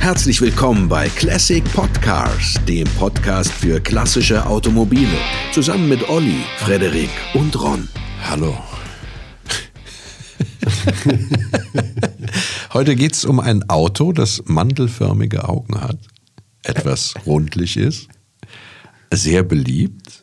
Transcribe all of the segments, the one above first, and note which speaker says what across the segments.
Speaker 1: Herzlich willkommen bei Classic Podcasts, dem Podcast für klassische Automobile. Zusammen mit Olli, Frederik und Ron.
Speaker 2: Hallo. Heute geht es um ein Auto, das mandelförmige Augen hat, etwas rundlich ist, sehr beliebt,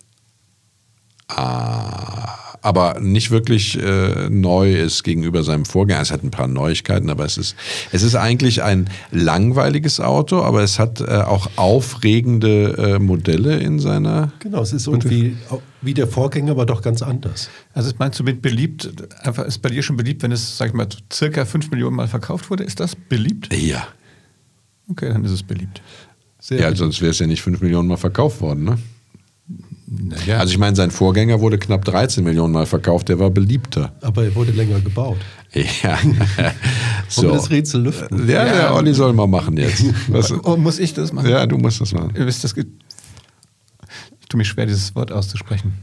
Speaker 2: ah, aber nicht wirklich äh, neu ist gegenüber seinem Vorgänger. Es hat ein paar Neuigkeiten, aber es ist, es ist eigentlich ein langweiliges Auto, aber es hat äh, auch aufregende äh, Modelle in seiner.
Speaker 3: Genau, es ist irgendwie wie der Vorgänger, aber doch ganz anders.
Speaker 4: Also meinst du mit beliebt, einfach ist bei dir schon beliebt, wenn es, sag ich mal, circa 5 Millionen Mal verkauft wurde? Ist das beliebt?
Speaker 2: Ja.
Speaker 4: Okay, dann ist es beliebt.
Speaker 2: Ja, sonst wäre es ja nicht 5 Millionen Mal verkauft worden, ne?
Speaker 4: Naja,
Speaker 2: Also ich meine, sein Vorgänger wurde knapp 13 Millionen Mal verkauft, der war beliebter.
Speaker 3: Aber er wurde länger gebaut.
Speaker 2: Ja.
Speaker 3: Wollen
Speaker 2: so.
Speaker 3: wir Um das Rätsel
Speaker 4: Äh,
Speaker 3: lüften?
Speaker 2: Ja, der Olli soll mal machen jetzt. Was,
Speaker 4: oh, muss ich das machen?
Speaker 2: also ja, du musst das machen.
Speaker 4: Ihr wisst, das geht. Ich tue mich schwer, dieses Wort auszusprechen.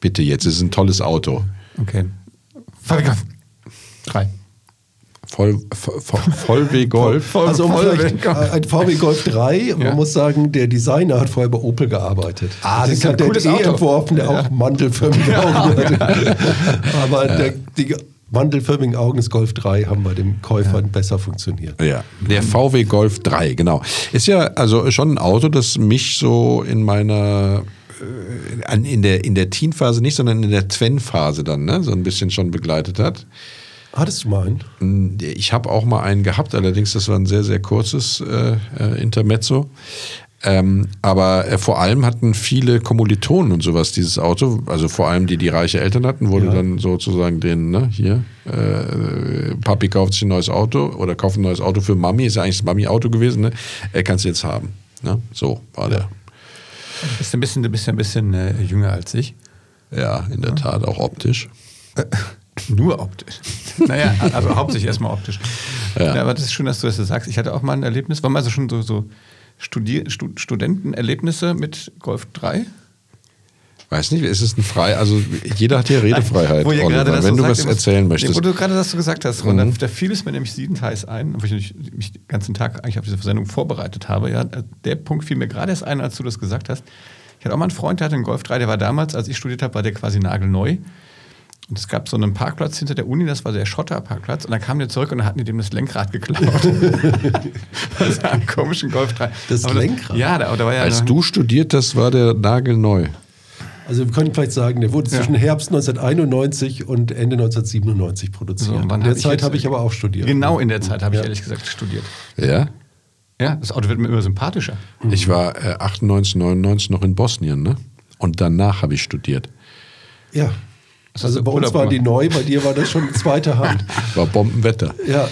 Speaker 2: Bitte jetzt, es ist ein tolles Auto.
Speaker 4: Okay. Verkauf. Drei.
Speaker 2: Voll, voll, voll, VW Golf.
Speaker 3: Also um
Speaker 4: Voll
Speaker 3: vielleicht, äh,
Speaker 4: willkommen.
Speaker 3: ein VW Golf 3,
Speaker 4: Ja.
Speaker 3: man muss sagen, der Designer hat vorher bei Opel gearbeitet.
Speaker 4: Ah, das ist
Speaker 3: Deswegen
Speaker 4: ein
Speaker 3: hat der
Speaker 4: cooles
Speaker 3: eh
Speaker 4: Auto.
Speaker 3: entworfen, der auch mandelförmige Augen hatte. Aber der, die mandelförmigen Augen des Golf 3 haben bei dem Käufer besser funktioniert.
Speaker 2: Ja, der VW Golf 3, genau. Ist ja also schon ein Auto, das mich so in meiner äh, an- in der in der Teen-Phase nicht, sondern in der Twen-Phase dann, ne, so ein bisschen schon begleitet hat.
Speaker 3: Hattest du mal einen?
Speaker 2: Ich habe auch mal einen gehabt, allerdings das war ein sehr, sehr kurzes äh, äh, Intermezzo. Ähm, aber äh, vor allem hatten viele Kommilitonen und sowas dieses Auto, also vor allem die, die reiche Eltern hatten, wurde dann sozusagen den, ne, hier, äh, Papi kauft sich ein neues Auto oder kauft ein neues Auto für Mami, ist ja eigentlich das Mami-Auto gewesen, ne? Er kann es jetzt haben. Ne? So war der.
Speaker 4: Du bist ein bisschen, du bist ja ein bisschen äh, jünger als ich.
Speaker 2: Ja, in der Tat, auch optisch.
Speaker 4: Nur optisch. Naja, also hauptsächlich erstmal optisch. Ja. aber das ist schön, dass du das so sagst. Ich hatte auch mal ein Erlebnis, waren mal so schon so, so Studier Stu Studentenerlebnisse mit Golf 3.
Speaker 2: Weiß nicht, es ist ein frei, also jeder hat hier Redefreiheit.
Speaker 4: Wo ihr
Speaker 2: Oliver,
Speaker 4: gerade das
Speaker 2: wenn du
Speaker 4: so sagt,
Speaker 2: was
Speaker 4: ihr müsst-
Speaker 2: erzählen
Speaker 4: Nee,
Speaker 2: möchtest. Mhm.
Speaker 4: Wo du gerade das so gesagt hast, und da, da fiel es mir nämlich siedend heiß ein, obwohl ich mich- mich den ganzen Tag eigentlich auf diese Sendung vorbereitet habe. Ja, der Punkt fiel mir gerade erst ein, als du das gesagt hast. Ich hatte auch mal einen Freund, der hatte einen Golf 3, der war damals, als ich studiert habe, war der quasi nagelneu. Und es gab so einen Parkplatz hinter der Uni, das war der Schotterparkplatz. Und dann kam der zurück und dann hatten die dem das Lenkrad geklaut. das war ein komischen Golf 3.
Speaker 3: Das
Speaker 4: Aber
Speaker 3: Lenkrad?
Speaker 4: Ja, da, da war ja
Speaker 2: Als
Speaker 4: noch-
Speaker 2: du studiert hast, war der Nagel neu.
Speaker 3: Also wir können vielleicht sagen, der wurde
Speaker 4: Ja.
Speaker 3: zwischen Herbst 1991 und Ende 1997 produziert.
Speaker 4: So, und wann
Speaker 3: in der
Speaker 4: hab ich
Speaker 3: Zeit
Speaker 4: jetzt-
Speaker 3: habe ich aber auch studiert.
Speaker 4: Genau in der Zeit habe ich
Speaker 3: Ja.
Speaker 4: ehrlich gesagt studiert.
Speaker 2: Ja?
Speaker 4: Ja, das Auto wird mir immer sympathischer.
Speaker 2: Ich war äh, 98, 99 noch in Bosnien, ne? Und danach habe ich studiert.
Speaker 3: Ja.
Speaker 4: Das hast
Speaker 3: Also
Speaker 4: du
Speaker 3: bei uns
Speaker 4: Urlaub
Speaker 3: waren die
Speaker 4: gemacht.
Speaker 3: neu, bei dir war das schon zweite Hand.
Speaker 2: War Bombenwetter.
Speaker 3: Ja,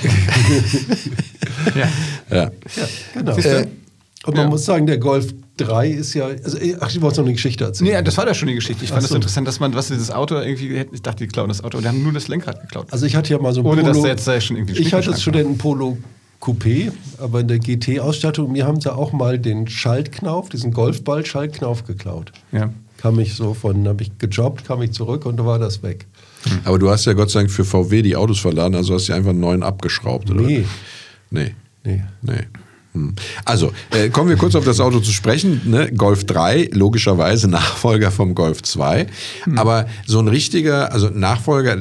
Speaker 4: Ja.
Speaker 2: Ja.
Speaker 3: ja genau.
Speaker 4: Siehst du?
Speaker 3: Äh, Und man
Speaker 4: Ja.
Speaker 3: muss sagen, der Golf 3 ist ja. Also, äh, ach, ich wollte noch eine Geschichte erzählen.
Speaker 4: Nee, das war da schon die Geschichte. Ich fand
Speaker 3: Ach
Speaker 4: es
Speaker 3: so.
Speaker 4: interessant, dass man, was dieses Auto irgendwie hätten. Ich dachte, die klauen das Auto und die haben nur das Lenkrad geklaut.
Speaker 3: Also ich hatte ja mal so ein
Speaker 4: Ohne, dass da jetzt da schon irgendwie ein
Speaker 3: Ich hatte
Speaker 4: Stückchen
Speaker 3: schon den Polo Coupé, aber in der GT-Ausstattung, mir haben sie auch mal den Schaltknauf, diesen Golfball-Schaltknauf geklaut.
Speaker 4: Ja.
Speaker 3: Kam ich so von, habe ich gejobbt, kam ich zurück und da war das weg.
Speaker 2: Aber du hast ja Gott sei Dank für VW die Autos verladen, also hast du einfach einen neuen abgeschraubt, oder?
Speaker 3: Nee.
Speaker 2: Nee.
Speaker 3: Nee.
Speaker 2: Nee. Hm. Also, äh, kommen wir kurz auf das Auto zu sprechen. Ne? Golf 3, logischerweise Nachfolger vom Golf 2.
Speaker 3: Hm.
Speaker 2: Aber so ein richtiger, also Nachfolger,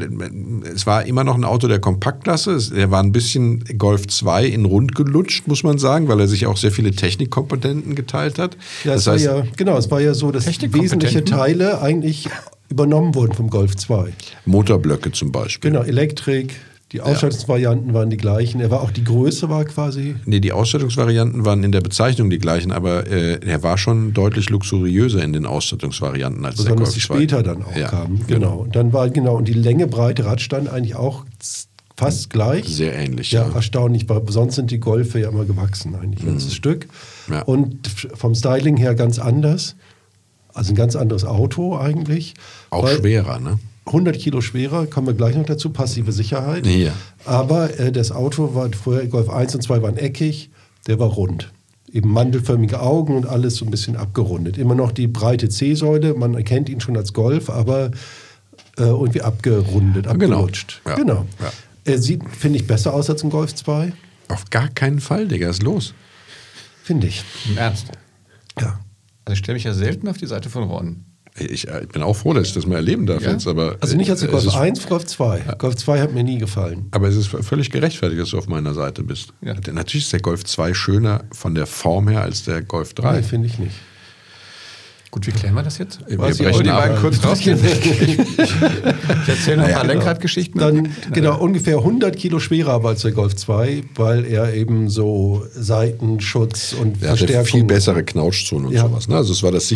Speaker 2: es war immer noch ein Auto der Kompaktklasse. Es- Der war ein bisschen Golf 2 in rund gelutscht, muss man sagen, weil er sich auch sehr viele Technikkomponenten geteilt hat.
Speaker 3: Ja, es
Speaker 2: das heißt,
Speaker 3: war ja, genau, es war ja so, dass
Speaker 4: Technikkompetenten?
Speaker 3: wesentliche Teile eigentlich übernommen wurden vom Golf 2.
Speaker 2: Motorblöcke zum Beispiel.
Speaker 3: Genau, Elektrik, die Ausstattungsvarianten waren die gleichen. Er war auch die Größe war quasi.
Speaker 2: Nee, die Ausstattungsvarianten waren in der Bezeichnung die gleichen, aber äh, er war schon deutlich luxuriöser in den Ausstattungsvarianten als der Golf
Speaker 3: besonders die
Speaker 2: 2.
Speaker 3: später dann auch
Speaker 2: ja,
Speaker 3: kamen. Genau. Und dann war genau und die Länge, Breite, Radstand eigentlich auch z- fast gleich.
Speaker 2: Sehr ähnlich,
Speaker 3: Ja,
Speaker 2: ja. Mhm.
Speaker 3: erstaunlich, weil sonst sind die Golfe ja immer gewachsen eigentlich ein ganzes Stück.
Speaker 2: Ja.
Speaker 3: Und f- vom Styling her ganz anders. Also ein ganz anderes Auto eigentlich.
Speaker 2: Auch
Speaker 3: Weil
Speaker 2: schwerer, ne?
Speaker 3: 100 Kilo schwerer, kommen wir gleich noch dazu, passive Sicherheit.
Speaker 2: Ja.
Speaker 3: Aber äh, das Auto war vorher, Golf 1 und 2 waren eckig, der war rund. Eben mandelförmige Augen und alles so ein bisschen abgerundet. Immer noch die breite C-Säule, man erkennt ihn schon als Golf, aber äh, irgendwie abgerundet,
Speaker 2: genau.
Speaker 3: abgelutscht.
Speaker 2: Ja.
Speaker 3: Genau.
Speaker 2: Ja.
Speaker 3: Er sieht, finde ich, besser aus als ein Golf 2.
Speaker 2: Auf gar keinen Fall, Digga, ist los.
Speaker 3: Finde ich.
Speaker 4: Im Ernst.
Speaker 3: Ja.
Speaker 4: Also ich stelle mich ja selten auf die Seite von Ron.
Speaker 2: Ich, äh, bin auch froh, dass ich das mal erleben darf
Speaker 4: Ja?
Speaker 2: jetzt, aber.
Speaker 3: Also nicht als
Speaker 2: äh,
Speaker 3: die Golf
Speaker 2: es ist,
Speaker 3: 1, Golf 2. Golf 2 hat mir nie gefallen.
Speaker 2: Aber es ist völlig gerechtfertigt, dass du auf meiner Seite bist.
Speaker 4: Ja.
Speaker 2: Denn Natürlich ist der Golf 2 schöner von der Form her als der Golf 3.
Speaker 3: Nee, finde ich nicht.
Speaker 4: Gut, wie klären wir das jetzt?
Speaker 2: Wir
Speaker 3: Weiß ich
Speaker 2: brechen
Speaker 3: auch
Speaker 4: die
Speaker 3: nicht.
Speaker 2: ab.
Speaker 4: beiden kurz rausgehen. Ich erzähle noch ein
Speaker 2: genau.
Speaker 4: paar Lenkradgeschichten.
Speaker 3: Dann, genau, ungefähr 100 Kilo schwerer war als der Golf 2, weil er eben so Seitenschutz und
Speaker 2: Der hatte
Speaker 3: Verstärkung.
Speaker 2: viel bessere Knautschzonen und
Speaker 3: Ja.
Speaker 2: sowas. Ne? Also es war das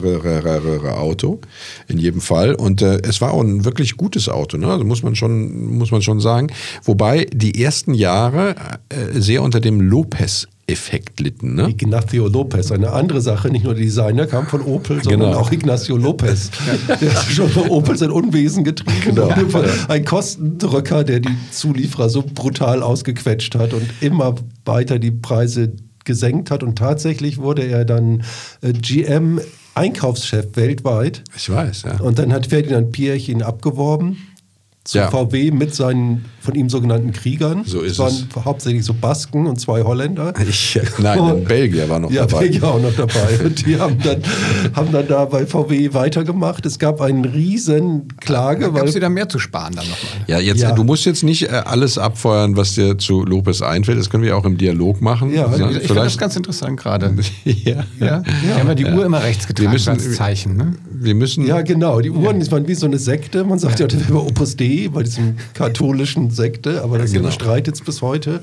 Speaker 2: sicherere Auto in jedem Fall. Und äh, es war auch ein wirklich gutes Auto, ne? also muss, man schon, muss man schon sagen. Wobei die ersten Jahre äh, sehr unter dem Lopez-Effekt litten. Ne?
Speaker 3: Ignacio Lopez, eine andere Sache, nicht nur der Designer kam von Opel, sondern
Speaker 2: Genau.
Speaker 3: auch Ignacio Lopez. Der hat schon von Opel sein Unwesen getrieben.
Speaker 2: Genau.
Speaker 3: Auf jeden Fall Ein Kostendrücker, der die Zulieferer so brutal ausgequetscht hat und immer weiter die Preise gesenkt hat. Und tatsächlich wurde er dann äh, GM Einkaufschef weltweit.
Speaker 2: Ich weiß, ja.
Speaker 3: Und dann hat Ferdinand Pierch ihn abgeworben zu
Speaker 2: Ja.
Speaker 3: VW mit seinen von ihm sogenannten Kriegern.
Speaker 2: So ist
Speaker 3: das waren hauptsächlich so Basken und zwei Holländer.
Speaker 2: Ich, nein, ein Belgier war noch
Speaker 3: ja,
Speaker 2: dabei.
Speaker 3: Belgier auch noch dabei. Und die haben dann, haben dann da bei VW weitergemacht. Es gab eine riesen Klage,
Speaker 4: Gab
Speaker 3: weil
Speaker 4: es wieder mehr zu sparen dann nochmal?
Speaker 2: Ja, jetzt,
Speaker 3: Ja.
Speaker 2: du musst jetzt nicht äh, alles abfeuern, was dir zu Lopez einfällt. Das können wir auch im Dialog machen.
Speaker 3: Ja,
Speaker 2: Ne?
Speaker 4: Ich finde das ganz interessant gerade.
Speaker 2: ja.
Speaker 4: Ja? Die haben ja die Uhr immer rechts getragen
Speaker 2: Wir müssen-
Speaker 4: als Zeichen. Ne?
Speaker 2: Wir müssen.
Speaker 3: Ja, genau. Die Uhren die waren wie so eine Sekte. Man sagt ja, das wäre Opus Dei, bei diesem katholischen Sekte, aber das
Speaker 2: Genau.
Speaker 3: bestreitet es bis heute.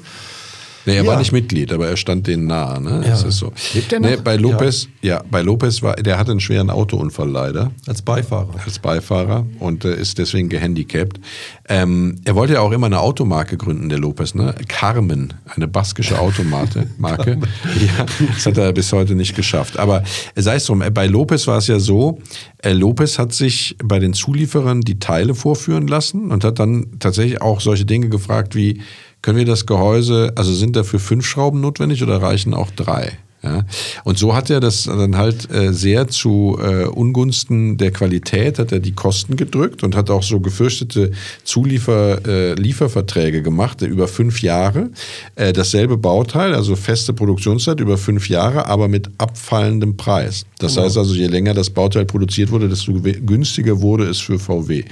Speaker 2: Nee, er
Speaker 3: Ja.
Speaker 2: war nicht Mitglied, aber er stand denen nahe. Ne? Das ist so.
Speaker 4: Lebt er noch?
Speaker 2: Nee, bei Lopez, ja. bei Lopez war, der hatte einen schweren Autounfall leider
Speaker 3: Als Beifahrer.
Speaker 2: als Beifahrer und äh, ist deswegen gehandicapt. Ähm, er wollte ja auch immer eine Automarke gründen, der Lopez, ne? Carmen, eine baskische Automarke. Marke. ja, das hat er bis heute nicht geschafft. Aber sei es drum, äh, bei Lopez war es ja so, äh, Lopez hat sich bei den Zulieferern die Teile vorführen lassen und hat dann tatsächlich auch solche Dinge gefragt wie, können wir das Gehäuse, also sind dafür fünf Schrauben notwendig oder reichen auch drei? Ja. Und so hat er das dann halt äh, sehr zu äh, Ungunsten der Qualität, hat er die Kosten gedrückt und hat auch so gefürchtete Zuliefer, äh, Lieferverträge gemacht äh, über fünf Jahre. Äh, dasselbe Bauteil, also feste Produktionszeit über fünf Jahre, aber mit abfallendem Preis. Das heißt also, je länger das Bauteil produziert wurde, desto gew- günstiger wurde es für VW.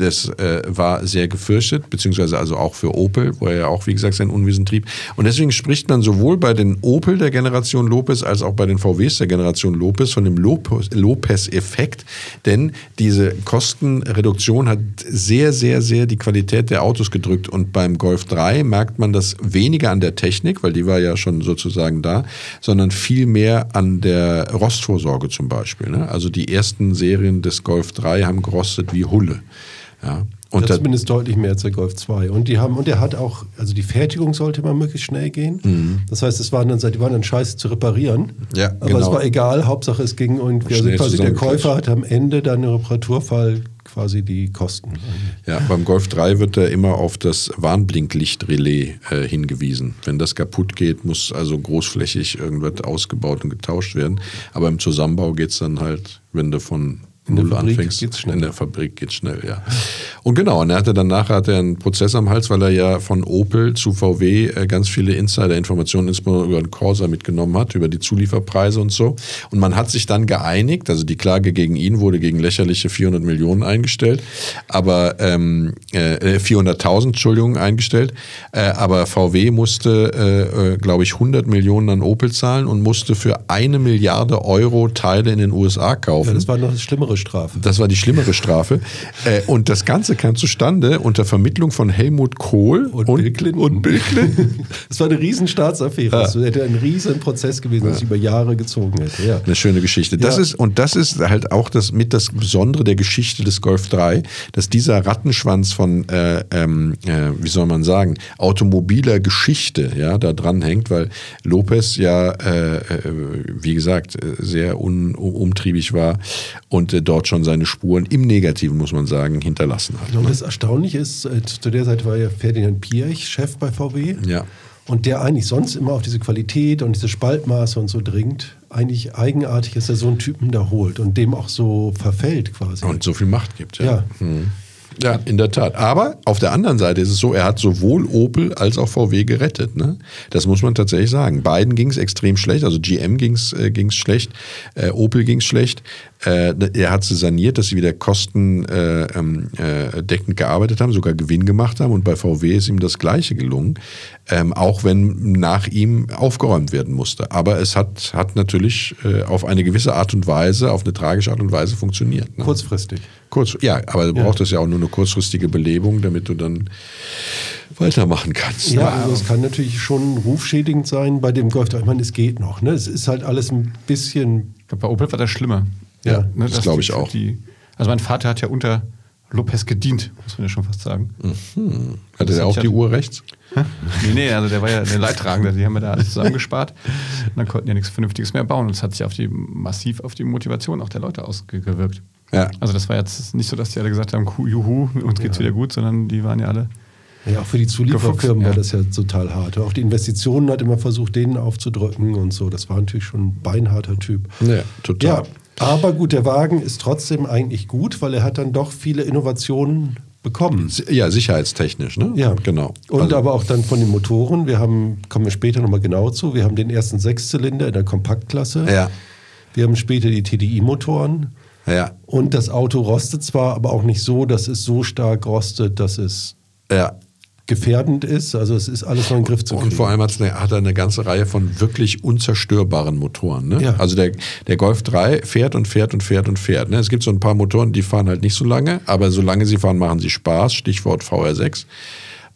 Speaker 2: Das äh, war sehr gefürchtet, beziehungsweise also auch für Opel, wo er ja auch, wie gesagt, sein Unwesen trieb. Und deswegen spricht man sowohl bei den Opel der Generation Lopez als auch bei den VWs der Generation Lopez von dem Lopez- Lopez-Effekt, denn diese Kostenreduktion hat sehr, sehr, sehr die Qualität der Autos gedrückt. Und beim Golf 3 merkt man das weniger an der Technik, weil die war ja schon sozusagen da, sondern viel mehr an der Rostvorsorge zum Beispiel. Ne? Also die ersten Serien des Golf 3 haben gerostet wie Hulle. Ja. Und
Speaker 3: ja,
Speaker 2: da,
Speaker 3: zumindest deutlich mehr als der Golf 2. Und die haben, und er hat auch, also die Fertigung sollte immer möglichst schnell gehen. Das heißt, es waren dann, die waren dann scheiße zu reparieren.
Speaker 2: Mhm. Ja,
Speaker 3: aber
Speaker 2: genau.
Speaker 3: es war egal, Hauptsache es ging irgendwie. Also
Speaker 2: Schnell
Speaker 3: quasi der
Speaker 2: zusammengeklatscht.
Speaker 3: Käufer hat am Ende dann im Reparaturfall quasi die Kosten.
Speaker 2: ja, beim Golf 3 wird da immer auf das Warnblinklichtrelais äh, hingewiesen. Wenn das kaputt geht, muss also großflächig irgendwas ausgebaut und getauscht werden. Aber im Zusammenbau geht es dann halt, wenn du von
Speaker 3: der
Speaker 2: Null
Speaker 3: Fabrik
Speaker 2: anfängst,
Speaker 3: geht's
Speaker 2: in der Fabrik geht's schnell, ja. Und genau, und er hatte dann nachher hat er einen Prozess am Hals, weil er ja von Opel zu VW äh, ganz viele Insider-Informationen insbesondere über den Corsa mitgenommen hat, über die Zulieferpreise und so. Und man hat sich dann geeinigt, also die Klage gegen ihn wurde gegen lächerliche 400 Millionen eingestellt, aber ähm, äh, 400.000, Entschuldigung, eingestellt. Äh, aber VW musste, äh, äh, glaube ich, 100 Millionen an Opel zahlen und musste für eine Milliarde Euro Teile in den USA kaufen.
Speaker 3: Ja, das war noch eine schlimmere Strafe.
Speaker 2: Das war die schlimmere Strafe. äh, und das Ganze kam zustande unter Vermittlung von Helmut Kohl
Speaker 3: Und Bill Clinton.
Speaker 2: Und Bill Clinton.
Speaker 3: Das war eine riesen Staatsaffäre. Das hätte ein riesen Prozess gewesen, das sich über Jahre gezogen hätte. Ja.
Speaker 2: Eine schöne Geschichte. Das
Speaker 3: Ja.
Speaker 2: ist, und das ist halt auch das mit das Besondere der Geschichte des Golf 3, dass dieser Rattenschwanz von, äh, ähm, äh, wie soll man sagen, automobiler Geschichte ja, da dranhängt, weil Lopez ja, äh, äh, wie gesagt, äh, sehr un umtriebig war und äh, dort schon seine Spuren im Negativen, muss man sagen, hinterlassen hat.
Speaker 3: Und das Erstaunliche ist, äh, zu der Zeit war ja Ferdinand Pierch Chef bei VW.
Speaker 2: Ja.
Speaker 3: Und der eigentlich sonst immer auf diese Qualität und diese Spaltmaße und so dringt. Eigentlich eigenartig, dass er so einen Typen da holt und dem auch so verfällt quasi.
Speaker 2: äh, Und so viel Macht gibt,
Speaker 3: ja.
Speaker 2: Ja, in der Tat. Aber auf der anderen Seite ist es so, er hat sowohl Opel als auch VW gerettet. Ne? Das muss man tatsächlich sagen. Beiden ging es extrem schlecht. Also GM ging es äh, ging's schlecht, äh, Opel ging es schlecht. Äh, er hat sie saniert, dass sie wieder kostendeckend äh, äh, deckend gearbeitet haben, sogar Gewinn gemacht haben. Und bei VW ist ihm das Gleiche gelungen, ähm, auch wenn nach ihm aufgeräumt werden musste. Aber es hat, hat natürlich äh, auf eine gewisse Art und Weise, auf eine tragische Art und Weise funktioniert. Ne?
Speaker 3: Kurzfristig.
Speaker 2: Kurz, ja, aber du brauchst ja auch nur eine kurzfristige Belebung, damit du dann weitermachen kannst.
Speaker 3: Ja,
Speaker 2: ne?
Speaker 3: also es kann natürlich schon rufschädigend sein bei dem Golf. Ich meine, es geht noch. Ne? Es ist halt alles ein bisschen.
Speaker 4: Ich glaube, bei Opel war das schlimmer.
Speaker 3: Ja,
Speaker 4: ne,
Speaker 2: das
Speaker 4: dass
Speaker 2: glaube ich
Speaker 4: die-
Speaker 2: auch.
Speaker 4: Die, also mein Vater hat ja unter Lopez gedient, muss man ja schon fast sagen.
Speaker 2: Hatte der auch die Uhr rechts?
Speaker 4: Nee, nee, also der war ja der Leidtragende, die haben ja da alles zusammengespart. Und dann konnten ja nichts Vernünftiges mehr bauen. Und es hat sich auf die, massiv auf die Motivation auch der Leute ausgewirkt.
Speaker 2: Ja.
Speaker 4: Also das war jetzt nicht so, dass die alle gesagt haben, "Cool, juhu, uns geht's wieder gut, sondern die waren ja alle.
Speaker 3: Ja, auch für die Zulieferfirmen
Speaker 4: Gefuchst, ja.
Speaker 3: war das ja total hart. Auch die Investitionen hat immer versucht, denen aufzudrücken und so. Das war natürlich schon ein beinharter Typ.
Speaker 2: Ja, total.
Speaker 3: Ja, aber gut, der Wagen ist trotzdem eigentlich gut, weil er hat dann doch viele Innovationen bekommen.
Speaker 2: Si- Ja, sicherheitstechnisch, ne?
Speaker 3: Ja,
Speaker 2: Genau.
Speaker 3: Und
Speaker 2: Also-
Speaker 3: aber auch dann von den Motoren. Wir haben, kommen wir später nochmal genau zu. Wir haben den ersten Sechszylinder in der Kompaktklasse.
Speaker 2: Ja.
Speaker 3: Wir haben später die TDI-Motoren.
Speaker 2: Ja.
Speaker 3: Und das Auto rostet zwar, aber auch nicht so, dass es so stark rostet, dass es
Speaker 2: Ja.
Speaker 3: gefährdend ist. Also es ist alles noch in den Griff zu kriegen.
Speaker 2: Und vor allem hat's eine, hat er eine ganze Reihe von wirklich unzerstörbaren Motoren. Ne?
Speaker 3: Ja.
Speaker 2: Also der, der Golf 3 fährt und fährt und fährt und fährt. Ne? Es gibt so ein paar Motoren, die fahren halt nicht so lange, aber solange sie fahren, machen sie Spaß. Stichwort VR6.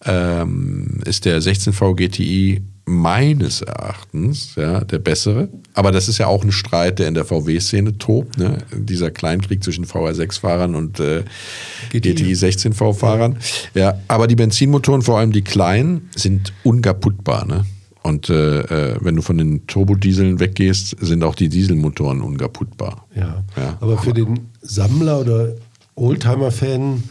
Speaker 2: Ähm, ist der 16V GTI meines Erachtens ja, der bessere. Aber das ist ja auch ein Streit, der in der VW-Szene tobt. Ne? Dieser Kleinkrieg zwischen VR6-Fahrern und äh, GTI 16V-Fahrern. Ja, aber die Benzinmotoren, vor allem die kleinen, sind unkaputtbar. Ne? Und äh, äh, wenn du von den Turbodieseln weggehst, sind auch die Dieselmotoren unkaputtbar.
Speaker 3: Ja.
Speaker 2: Ja.
Speaker 3: Aber für den Sammler oder Oldtimer-Fan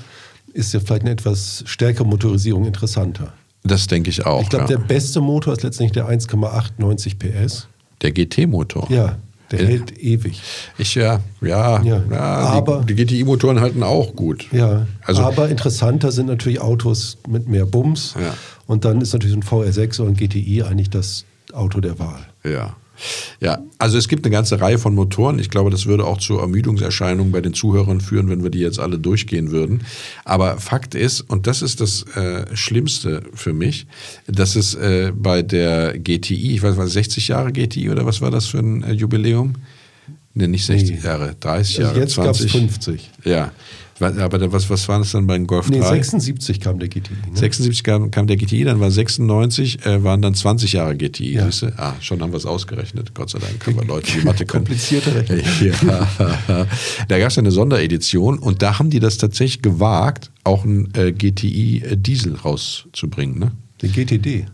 Speaker 3: ist ja vielleicht eine etwas stärkere Motorisierung interessanter.
Speaker 2: Das denke ich auch.
Speaker 3: Ich glaube,
Speaker 2: ja.
Speaker 3: der beste Motor ist letztendlich der 1,890 PS.
Speaker 2: der GT-Motor.
Speaker 3: Ja, der
Speaker 2: Äh,
Speaker 3: hält ewig.
Speaker 2: Ich ja, ja,
Speaker 3: Ja,
Speaker 2: ja.
Speaker 3: aber-
Speaker 2: die, die GTI-Motoren halten auch gut.
Speaker 3: Ja,
Speaker 2: also
Speaker 3: aber interessanter sind natürlich Autos mit mehr Bums.
Speaker 2: Ja.
Speaker 3: Und dann ist natürlich ein VR6 oder ein GTI eigentlich das Auto der Wahl.
Speaker 2: ja, ja. Also es gibt eine ganze Reihe von Motoren. Ich glaube, das würde auch zu Ermüdungserscheinungen bei den Zuhörern führen, wenn wir die jetzt alle durchgehen würden. Aber Fakt ist, und das ist das äh, Schlimmste für mich, dass es äh, bei der GTI, ich weiß, war es 60 Jahre GTI oder was war das für ein äh, Jubiläum? Ne, nicht 60
Speaker 3: Nee.
Speaker 2: Jahre, 30
Speaker 3: Also
Speaker 2: Jahre,
Speaker 3: jetzt gab es
Speaker 2: 20.
Speaker 3: 50.
Speaker 2: Ja, Was- aber da- was, was war das dann beim Golf
Speaker 3: Nee,
Speaker 2: 3?
Speaker 3: 76 kam der GTI. Ne?
Speaker 2: 76 kam, kam der GTI, dann war 96, äh, waren dann 20 Jahre GTI.
Speaker 3: Ja.
Speaker 2: siehste? Ah, schon haben wir es ausgerechnet. Gott sei Dank können wir Leute, die Mathe können.
Speaker 3: Komplizierte Rechnung.
Speaker 2: Ja. Da gab es eine Sonderedition und da haben die das tatsächlich gewagt, auch ein äh, GTI äh, Diesel rauszubringen. Ne?
Speaker 3: Der GTD.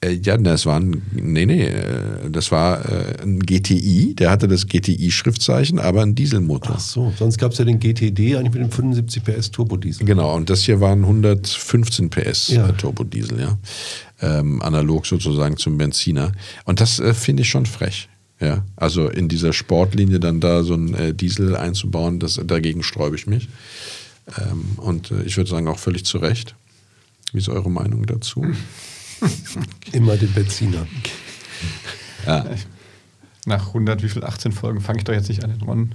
Speaker 2: Äh, ja, das war ein, nee, nee, äh, das war äh, ein GTI, der hatte das GTI-Schriftzeichen, aber ein Dieselmotor.
Speaker 3: Ach so, sonst gab es ja den GTD eigentlich mit dem 75 PS Turbodiesel.
Speaker 2: Genau, und das hier waren 115 PS
Speaker 3: Ja.
Speaker 2: äh, Turbodiesel, ja. Ähm, analog sozusagen zum Benziner. Und das äh, finde ich schon frech. Ja, also in dieser Sportlinie dann da so ein äh, Diesel einzubauen, das, dagegen sträube ich mich. Ähm, und äh, ich würde sagen, auch völlig zu Recht. Wie ist eure Meinung dazu?
Speaker 3: Immer den Benziner.
Speaker 2: Ja.
Speaker 4: Nach 100, wie viel, 18 Folgen fange ich doch jetzt nicht an den Ron.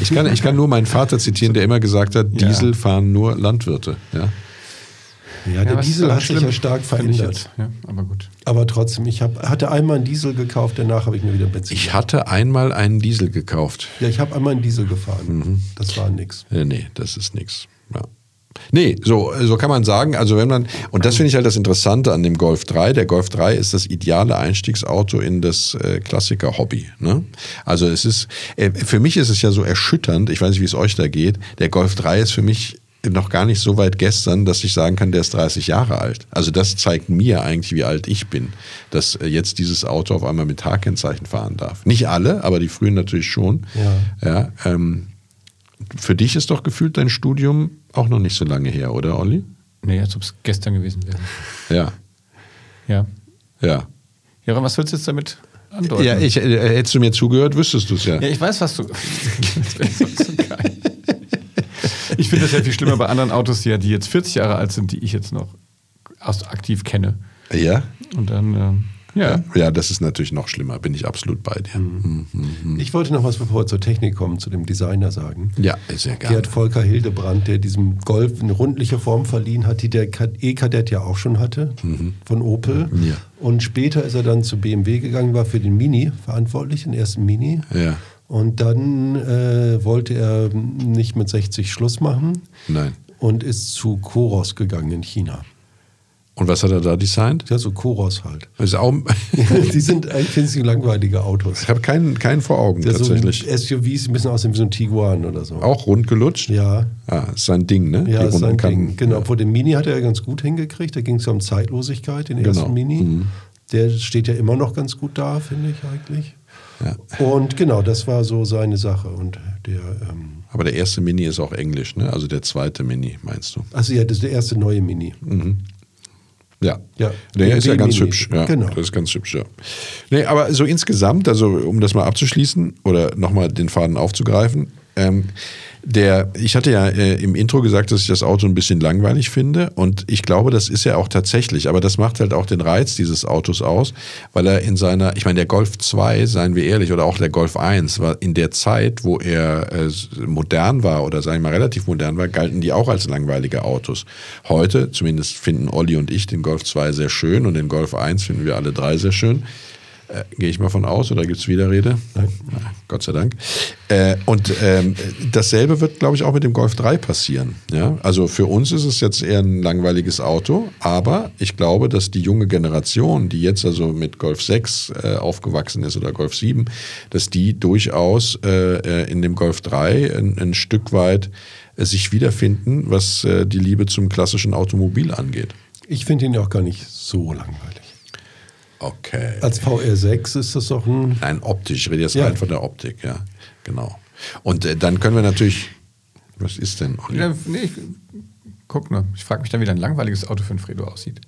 Speaker 2: Ich, kann, ich kann nur meinen Vater zitieren, der immer gesagt hat,
Speaker 4: Ja.
Speaker 2: Diesel fahren nur Landwirte. Ja.
Speaker 3: Ja, der
Speaker 4: was-
Speaker 3: Diesel
Speaker 4: aber
Speaker 3: hat sich
Speaker 4: schlimm,
Speaker 3: ja stark
Speaker 4: finde ich
Speaker 3: verändert.
Speaker 4: jetzt. Ja, aber gut.
Speaker 3: Aber trotzdem, ich hab, hatte einmal einen Diesel gekauft, danach habe ich mir wieder Benzin.
Speaker 2: Ich hatte einmal einen Diesel gekauft.
Speaker 3: ja, ich habe einmal einen Diesel gefahren.
Speaker 4: Mhm.
Speaker 3: Das war nix.
Speaker 2: Äh, nee, das ist nix. Ja. Nee, so, so kann man sagen, also wenn man, und das finde ich halt das Interessante an dem Golf 3, der Golf 3 ist das ideale Einstiegsauto in das äh, Klassiker-Hobby. Ne? Also es ist, äh, für mich ist es ja so erschütternd, ich weiß nicht, wie es euch da geht, der Golf 3 ist für mich noch gar nicht so weit gestern, dass ich sagen kann, der ist 30 Jahre alt. Also das zeigt mir eigentlich, wie alt ich bin, dass äh, jetzt dieses Auto auf einmal mit Tagkennzeichen fahren darf. Nicht alle, aber die frühen natürlich schon.
Speaker 3: Ja.
Speaker 2: ja ähm, für dich ist doch gefühlt dein Studium auch noch nicht so lange her, oder Olli?
Speaker 4: Nee, als ob es gestern gewesen wäre.
Speaker 2: Ja,
Speaker 4: Ja.
Speaker 2: ja.
Speaker 4: Ja, Ron, was willst du jetzt damit andeuten?
Speaker 2: Ja, ich, äh, hättest du mir zugehört, wüsstest du es ja.
Speaker 4: Ja, ich weiß, was du. das wäre so geil. Ich finde das ja viel schlimmer bei anderen Autos, die, ja, die jetzt 40 Jahre alt sind, die ich jetzt noch aus- aktiv kenne.
Speaker 2: Ja?
Speaker 4: Und dann, ähm, ja.
Speaker 2: Ja, das ist natürlich noch schlimmer, bin ich absolut bei dir. Mhm.
Speaker 4: Mhm.
Speaker 3: Ich wollte noch was, bevor wir zur Technik kommen, zu dem Designer sagen.
Speaker 2: Ja, sehr gerne.
Speaker 3: Gerd Volker Hildebrand, der diesem Golf eine rundliche Form verliehen hat, die der Ka- E-Kadett ja auch schon hatte,
Speaker 4: Mhm.
Speaker 3: von Opel.
Speaker 2: Ja.
Speaker 3: Und später ist er dann zu BMW gegangen, war für den Mini verantwortlich, den ersten Mini.
Speaker 2: Ja.
Speaker 3: Und dann äh, wollte er nicht mit 60 Schluss machen
Speaker 2: Nein.
Speaker 3: und ist zu Koros gegangen in China.
Speaker 2: Und was hat er da designt?
Speaker 3: Ja, so Koros halt.
Speaker 2: Ist auch,
Speaker 3: die sind eigentlich sind sie langweilige Autos.
Speaker 2: ich habe keinen, keinen vor Augen
Speaker 3: Ja, so
Speaker 2: tatsächlich.
Speaker 3: SUVs, ein bisschen aussehen wie so ein Tiguan oder so.
Speaker 2: auch rund gelutscht?
Speaker 3: Ja.
Speaker 2: Ah, ist sein Ding, ne?
Speaker 3: Ja, ist
Speaker 2: runden
Speaker 3: sein
Speaker 2: Kanten.
Speaker 3: Ding. Genau, vor dem Mini hat er ja ganz gut hingekriegt. Da ging es ja um Zeitlosigkeit, den
Speaker 2: Genau.
Speaker 3: ersten Mini. Der steht ja immer noch ganz gut da, finde ich eigentlich. Und genau, das war so seine Sache. Und der, ähm,
Speaker 2: Aber der erste Mini ist auch englisch, ne? Also der zweite Mini, meinst du?
Speaker 3: also ja, das ist der erste neue Mini.
Speaker 2: Ja.
Speaker 3: Ja.
Speaker 2: Der ist ja
Speaker 3: BMW
Speaker 2: ganz
Speaker 3: Mini.
Speaker 2: hübsch. Ja,
Speaker 3: Genau.
Speaker 2: Das ist ganz hübsch, ja. Nee, aber so insgesamt, also um das mal abzuschließen oder nochmal den Faden aufzugreifen, ähm, der, ich hatte ja äh, im Intro gesagt, dass ich das Auto ein bisschen langweilig finde und ich glaube, das ist ja auch tatsächlich, aber das macht halt auch den Reiz dieses Autos aus, weil er in seiner, ich meine, der Golf 2, seien wir ehrlich, oder auch der Golf 1 war in der Zeit, wo er äh, modern war oder sagen wir mal relativ modern war, galten die auch als langweilige Autos. Heute, zumindest finden Olli und ich den Golf 2 sehr schön und den Golf 1 finden wir alle drei sehr schön. Äh, Gehe ich mal von aus, oder gibt es Widerrede? Nein. Gott sei Dank. Äh, und ähm, dasselbe wird, glaube ich, auch mit dem Golf 3 passieren. Ja? Also für uns ist es jetzt eher ein langweiliges Auto, aber ich glaube, dass die junge Generation, die jetzt also mit Golf 6 äh, aufgewachsen ist oder Golf 7, dass die durchaus äh, äh, in dem Golf 3 ein, ein Stück weit äh, sich wiederfinden, was äh, die Liebe zum klassischen Automobil angeht.
Speaker 3: Ich finde ihn auch gar nicht so langweilig.
Speaker 2: Okay.
Speaker 3: Als VR6 ist das doch ein.
Speaker 2: Nein, optisch. Ich rede jetzt
Speaker 3: Ja.
Speaker 2: rein von der Optik, ja. Genau. Und äh, dann können wir natürlich. Was ist denn? Olli?
Speaker 4: ja nee, ich, guck nur. Ich frage mich dann, wie ein langweiliges Auto für einen Fredo aussieht.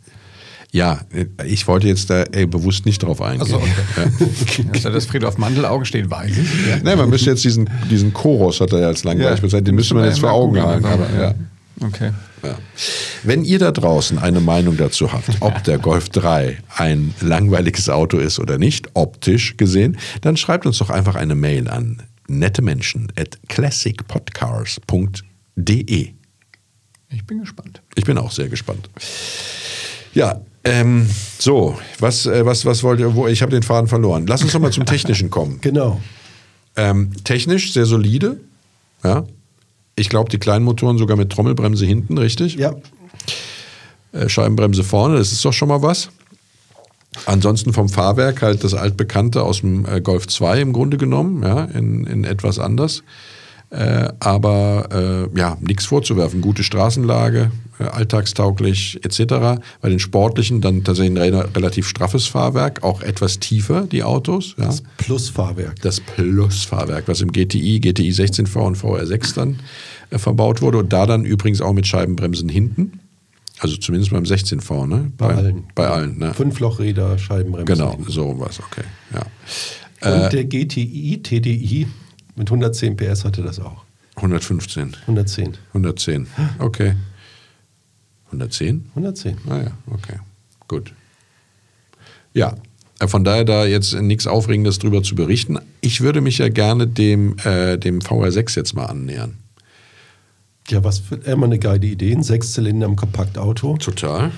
Speaker 2: Ja, äh, ich wollte jetzt da ey, bewusst nicht drauf eingehen.
Speaker 4: Also, okay.
Speaker 2: ja.
Speaker 4: Dass da das Fredo auf Mandelaugen stehen, weiß ich. Ja.
Speaker 2: Nein, man müsste jetzt diesen, diesen Chorus, hat er ja als langweilig bezeichnet, den müsste man jetzt vor Augen halten. Aber, ja.
Speaker 4: Okay.
Speaker 2: Ja. Wenn ihr da draußen eine Meinung dazu habt, ob der Golf 3 ein langweiliges Auto ist oder nicht, optisch gesehen, dann schreibt uns doch einfach eine Mail an nettemenschen at classicpodcars.de.
Speaker 4: Ich bin gespannt.
Speaker 2: Ich bin auch sehr gespannt. Ja, ähm, so, was, äh, was, was wollt ihr, wo, ich habe den Faden verloren. Lass uns doch mal zum Technischen kommen.
Speaker 3: Genau.
Speaker 2: Ähm, technisch sehr solide, ja. Ich glaube, die kleinen Motoren sogar mit Trommelbremse hinten, richtig?
Speaker 3: Ja,
Speaker 2: Äh, Scheibenbremse vorne, das ist doch schon mal was. Ansonsten vom Fahrwerk halt das altbekannte aus dem äh, Golf 2 im Grunde genommen, ja, in, in etwas anders. Äh, aber äh, ja, nichts vorzuwerfen. Gute Straßenlage, äh, alltagstauglich etc. Bei den sportlichen dann tatsächlich ein re relativ straffes Fahrwerk, auch etwas tiefer die Autos. Ja.
Speaker 3: das Plusfahrwerk.
Speaker 2: Das Plus-Fahrwerk, was im GTI, GTI 16V und VR6 dann äh, verbaut wurde und da dann übrigens auch mit Scheibenbremsen hinten. Also zumindest beim 16V, ne?
Speaker 3: Bei allen.
Speaker 2: Bei allen, ne?
Speaker 3: Fünflochräder, Scheibenbremsen.
Speaker 2: Genau, Äh. so was, okay. Ja.
Speaker 3: Und der GTI, TDI mit 110 PS hatte das auch.
Speaker 2: 115,
Speaker 3: 110.
Speaker 2: 110, Äh, okay. 110?
Speaker 3: 110.
Speaker 2: Naja, okay, gut. Ja, äh, von daher da jetzt äh, nichts Aufregendes drüber zu berichten. Ich würde mich ja gerne dem, äh, dem VR6 jetzt mal annähern.
Speaker 3: Ja, was für immer eine geile Idee. Ein Sechszylinder im Kompaktauto.
Speaker 2: Total.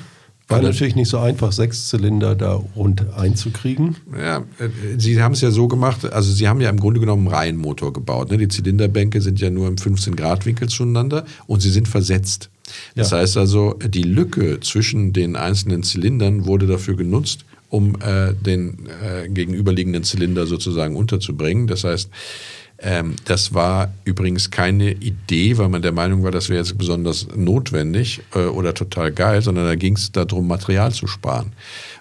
Speaker 3: War natürlich nicht so einfach, Sechszylinder da rund einzukriegen.
Speaker 2: Ja, äh, Sie haben es ja so gemacht, also Sie haben ja im Grunde genommen einen Reihenmotor gebaut. Ne? Die Zylinderbänke sind ja nur im 15-Grad-Winkel zueinander und sie sind versetzt. Das
Speaker 3: Ja.
Speaker 2: heißt also, die Lücke zwischen den einzelnen Zylindern wurde dafür genutzt, um äh, den äh, gegenüberliegenden Zylinder sozusagen unterzubringen. Das heißt, ähm, das war übrigens keine Idee, weil man der Meinung war, das wäre jetzt besonders notwendig äh, oder total geil, sondern da ging es darum, Material zu sparen.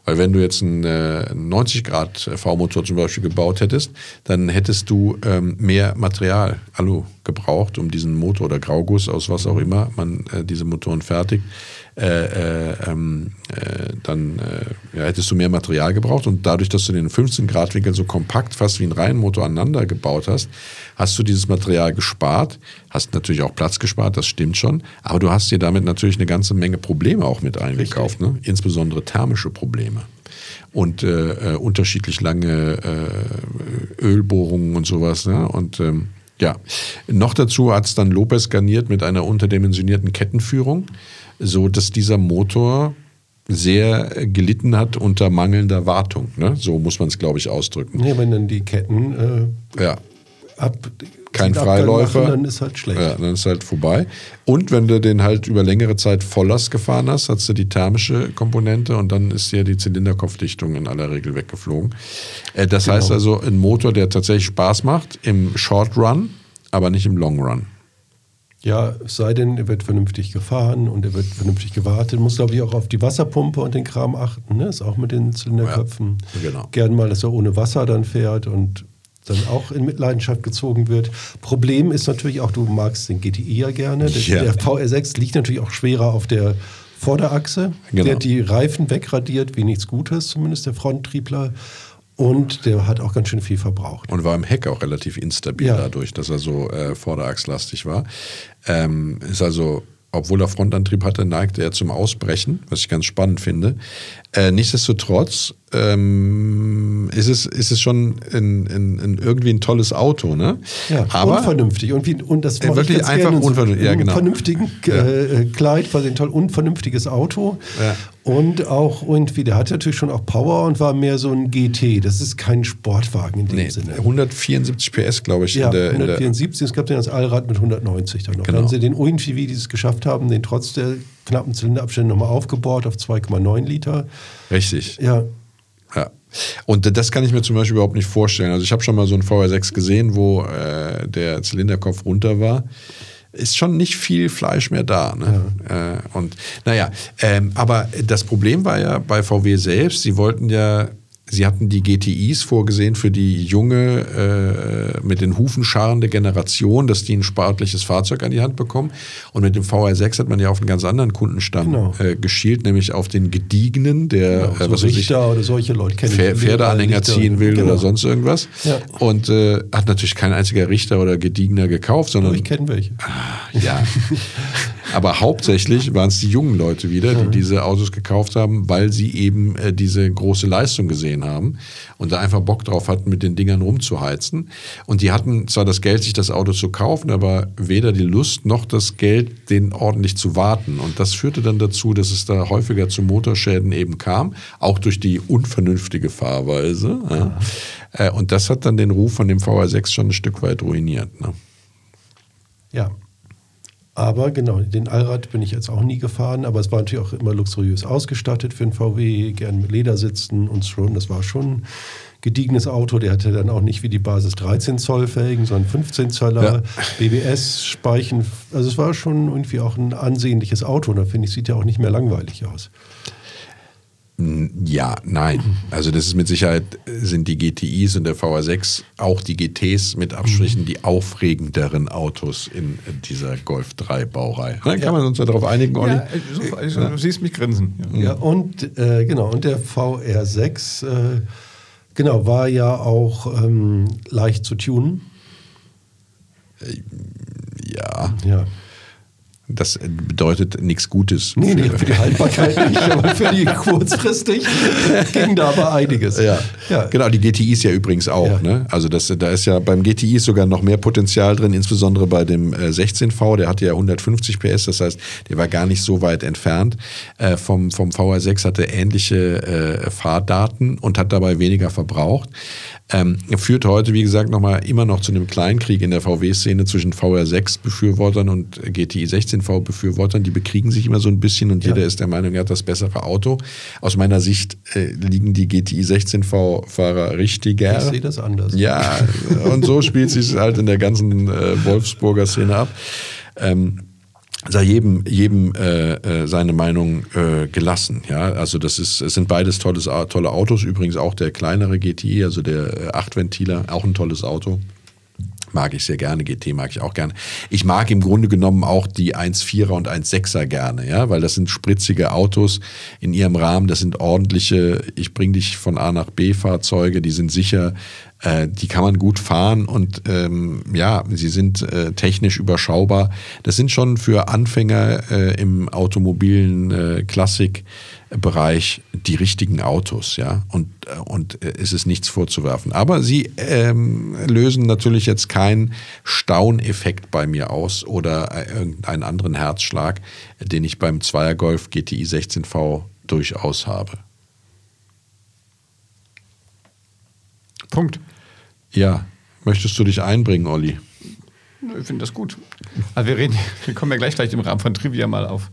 Speaker 2: Weil wenn du jetzt einen äh, 90 Grad V-Motor zum Beispiel gebaut hättest, dann hättest du ähm, mehr Material, Alu, gebraucht, um diesen Motor oder Grauguss aus was auch immer man äh, diese Motoren fertigt, äh, äh, ähm, äh, dann äh, ja, hättest du mehr Material gebraucht. Und dadurch, dass du den 15-Grad-Winkel so kompakt, fast wie ein Reihenmotor aneinander gebaut hast, hast du dieses Material gespart, hast natürlich auch Platz gespart, das stimmt schon. Aber du hast dir damit natürlich eine ganze Menge Probleme auch mit eingekauft, ne? insbesondere thermische Probleme und äh, äh, unterschiedlich lange äh, Ölbohrungen und sowas. Ne? Und ähm, ja, noch dazu hat es dann Lopez garniert mit einer unterdimensionierten Kettenführung, so dass dieser Motor sehr äh, gelitten hat unter mangelnder Wartung. Ne? So muss man es, glaube ich, ausdrücken.
Speaker 3: Ja, wenn dann die Ketten äh,
Speaker 2: ja.
Speaker 3: ab
Speaker 2: kein
Speaker 3: Abgang
Speaker 2: Freiläufer.
Speaker 3: machen, dann ist halt schlecht.
Speaker 2: Ja, dann ist halt vorbei. Und wenn du den halt über längere Zeit Volllast gefahren hast, hast du die thermische Komponente und dann ist dir die Zylinderkopfdichtung in aller Regel weggeflogen. Äh, das heißt also, ein Motor, der tatsächlich Spaß macht im Short Run, aber nicht im Long Run.
Speaker 3: Ja, es sei denn, er wird vernünftig gefahren und er wird vernünftig gewartet. Muss, glaube ich, auch auf die Wasserpumpe und den Kram achten. Ne? Ist auch mit den Zylinderköpfen.
Speaker 2: Ja, genau.
Speaker 3: Gern mal, dass er ohne Wasser dann fährt und dann auch in Mitleidenschaft gezogen wird. Problem ist natürlich auch, du magst den GTI ja gerne. Der,
Speaker 2: Ja.
Speaker 3: der VR6 liegt natürlich auch schwerer auf der Vorderachse.
Speaker 2: Genau.
Speaker 3: Der hat die Reifen wegradiert, wie nichts Gutes, zumindest der Fronttriebler. Und der hat auch ganz schön viel verbraucht.
Speaker 2: Und war im Heck auch relativ instabil
Speaker 3: Ja.
Speaker 2: dadurch, dass er so äh, vorderachslastig war. Ähm, ist also, obwohl er Frontantrieb hatte, neigte er zum Ausbrechen, was ich ganz spannend finde. Äh, nichtsdestotrotz ähm, ist, es, ist es schon ein, ein, ein, irgendwie ein tolles Auto, ne?
Speaker 3: Ja,
Speaker 2: Aber
Speaker 3: unvernünftig. Und, wie, und das
Speaker 2: Äh,
Speaker 3: mache
Speaker 2: wirklich
Speaker 3: ich ganz
Speaker 2: einfach
Speaker 3: gerne in
Speaker 2: unvernünftig. Ja,
Speaker 3: einem
Speaker 2: genau.
Speaker 3: vernünftigen äh, äh, Kleid, war ein toll unvernünftiges Auto.
Speaker 2: Ja.
Speaker 3: Und auch irgendwie, der hatte natürlich schon auch Power und war mehr so ein GT. Das ist kein Sportwagen in dem
Speaker 2: nee,
Speaker 3: Sinne.
Speaker 2: 174 PS, glaube ich,
Speaker 3: Ja,
Speaker 2: in der, in der
Speaker 3: 174, es gab den als Allrad mit 190 dann noch.
Speaker 2: Genau.
Speaker 3: Dann haben sie den irgendwie, wie die es geschafft haben, den trotz der knappen Zylinderabstände nochmal aufgebohrt auf 2,9 Liter.
Speaker 2: richtig.
Speaker 3: Ja,
Speaker 2: Ja. Und das kann ich mir zum Beispiel überhaupt nicht vorstellen. Also ich habe schon mal so einen VR6 gesehen, wo äh, der Zylinderkopf runter war. Ist schon nicht viel Fleisch mehr da. Ne? Äh, und naja, ähm, aber das Problem war ja bei VW selbst, sie wollten ja, sie hatten die GTIs vorgesehen für die junge, äh, mit den Hufen scharende Generation, dass die ein sportliches Fahrzeug an die Hand bekommen. Und mit dem VR6 hat man ja auf einen ganz anderen Kundenstamm
Speaker 3: Genau.
Speaker 2: äh, geschielt, nämlich auf den gediegenen, der
Speaker 3: so
Speaker 2: äh, was weiß ich,
Speaker 3: Richter oder solche Leute kennen
Speaker 2: Pfer Pferdeanhänger ziehen
Speaker 3: Genau,
Speaker 2: will oder sonst irgendwas.
Speaker 3: Ja.
Speaker 2: Und äh, hat natürlich kein einziger Richter oder Gediegener gekauft, sondern
Speaker 3: Ich kenne welche.
Speaker 2: ja. Aber hauptsächlich waren es die jungen Leute wieder, die diese Autos gekauft haben, weil sie eben äh, diese große Leistung gesehen haben und da einfach Bock drauf hatten, mit den Dingern rumzuheizen. Und die hatten zwar das Geld, sich das Auto zu kaufen, aber weder die Lust noch das Geld, den ordentlich zu warten. Und das führte dann dazu, dass es da häufiger zu Motorschäden eben kam, auch durch die unvernünftige Fahrweise. Ja. Äh, Und das hat dann den Ruf von dem VR6 schon ein Stück weit ruiniert. Ne?
Speaker 3: Ja. Aber genau, den Allrad bin ich jetzt auch nie gefahren, aber es war natürlich auch immer luxuriös ausgestattet für den VW, gern mit Ledersitzen und schon, das war schon ein gediegenes Auto, der hatte dann auch nicht wie die Basis 13 Zoll Felgen, sondern 15 Zöller,
Speaker 2: Ja.
Speaker 3: BBS, Speichen, also es war schon irgendwie auch ein ansehnliches Auto und da finde ich, sieht ja auch nicht mehr langweilig aus.
Speaker 2: Ja, nein. Also das ist mit Sicherheit, äh, sind die GTIs und der VR6, auch die GTs mit Abstrichen, die aufregenderen Autos in äh, dieser Golf 3 Baureihe. Ne, Kann man uns ja darauf einigen, Olli?
Speaker 4: Ja, äh, super, also, du siehst mich grinsen. Ja.
Speaker 3: Ja, und äh, genau, und der VR6, äh, genau, war ja auch ähm, leicht zu tunen.
Speaker 2: Ja,
Speaker 3: Ja.
Speaker 2: das äh, bedeutet nichts Gutes.
Speaker 3: Nee, nee,
Speaker 2: für-
Speaker 3: für die Haltbarkeit nicht, aber für die kurzfristig ging da aber einiges.
Speaker 2: Ja.
Speaker 3: ja.
Speaker 2: genau, die GTIs ja übrigens auch.
Speaker 3: Ja.
Speaker 2: Ne? Also das, da ist ja beim GTI ist sogar noch mehr Potenzial drin, insbesondere bei dem äh, 16V, der hatte ja 150 PS, das heißt, der war gar nicht so weit entfernt. Äh, vom, vom VR6 hatte ähnliche äh, Fahrdaten und hat dabei weniger verbraucht. Ähm, führt heute, wie gesagt, noch mal, immer noch zu einem Kleinkrieg in der VW-Szene zwischen VR6-Befürwortern und GTI 16V-Befürwortern. Die bekriegen sich immer so ein bisschen und jeder ist der Meinung, er hat das bessere Auto. Aus meiner Sicht äh, liegen die GTI 16V-Fahrer richtiger.
Speaker 3: Ich sehe das anders.
Speaker 2: Ja, und so spielt sich halt in der ganzen äh, Wolfsburger Szene ab. Ähm, sei jedem, jedem äh, äh, seine Meinung äh, gelassen. Ja, also das ist, es sind beides tolles, Au- tolle Autos. Übrigens auch der kleinere GTI, also der äh, Achtventiler, auch ein tolles Auto. Mag ich sehr gerne, GT mag ich auch gerne. Ich mag im Grunde genommen auch die 1.4er und 1.6er gerne, ja, weil das sind spritzige Autos in ihrem Rahmen, das sind ordentliche, ich bringe dich von A nach B Fahrzeuge, die sind sicher, äh, die kann man gut fahren und ähm, ja, sie sind äh, technisch überschaubar. Das sind schon für Anfänger äh, im automobilen äh, Klassikbereich die richtigen Autos, ja. Und, äh, und äh, es ist nichts vorzuwerfen. Aber sie ähm, lösen natürlich jetzt keinen Stauneffekt bei mir aus oder äh, irgendeinen anderen Herzschlag, den ich beim Zweier Golf GTI 16V durchaus habe.
Speaker 4: Punkt.
Speaker 2: Ja, möchtest du dich einbringen, Olli?
Speaker 4: Ich finde das gut. Also wir reden, wir kommen ja gleich vielleicht im Rahmen von Trivia mal auf,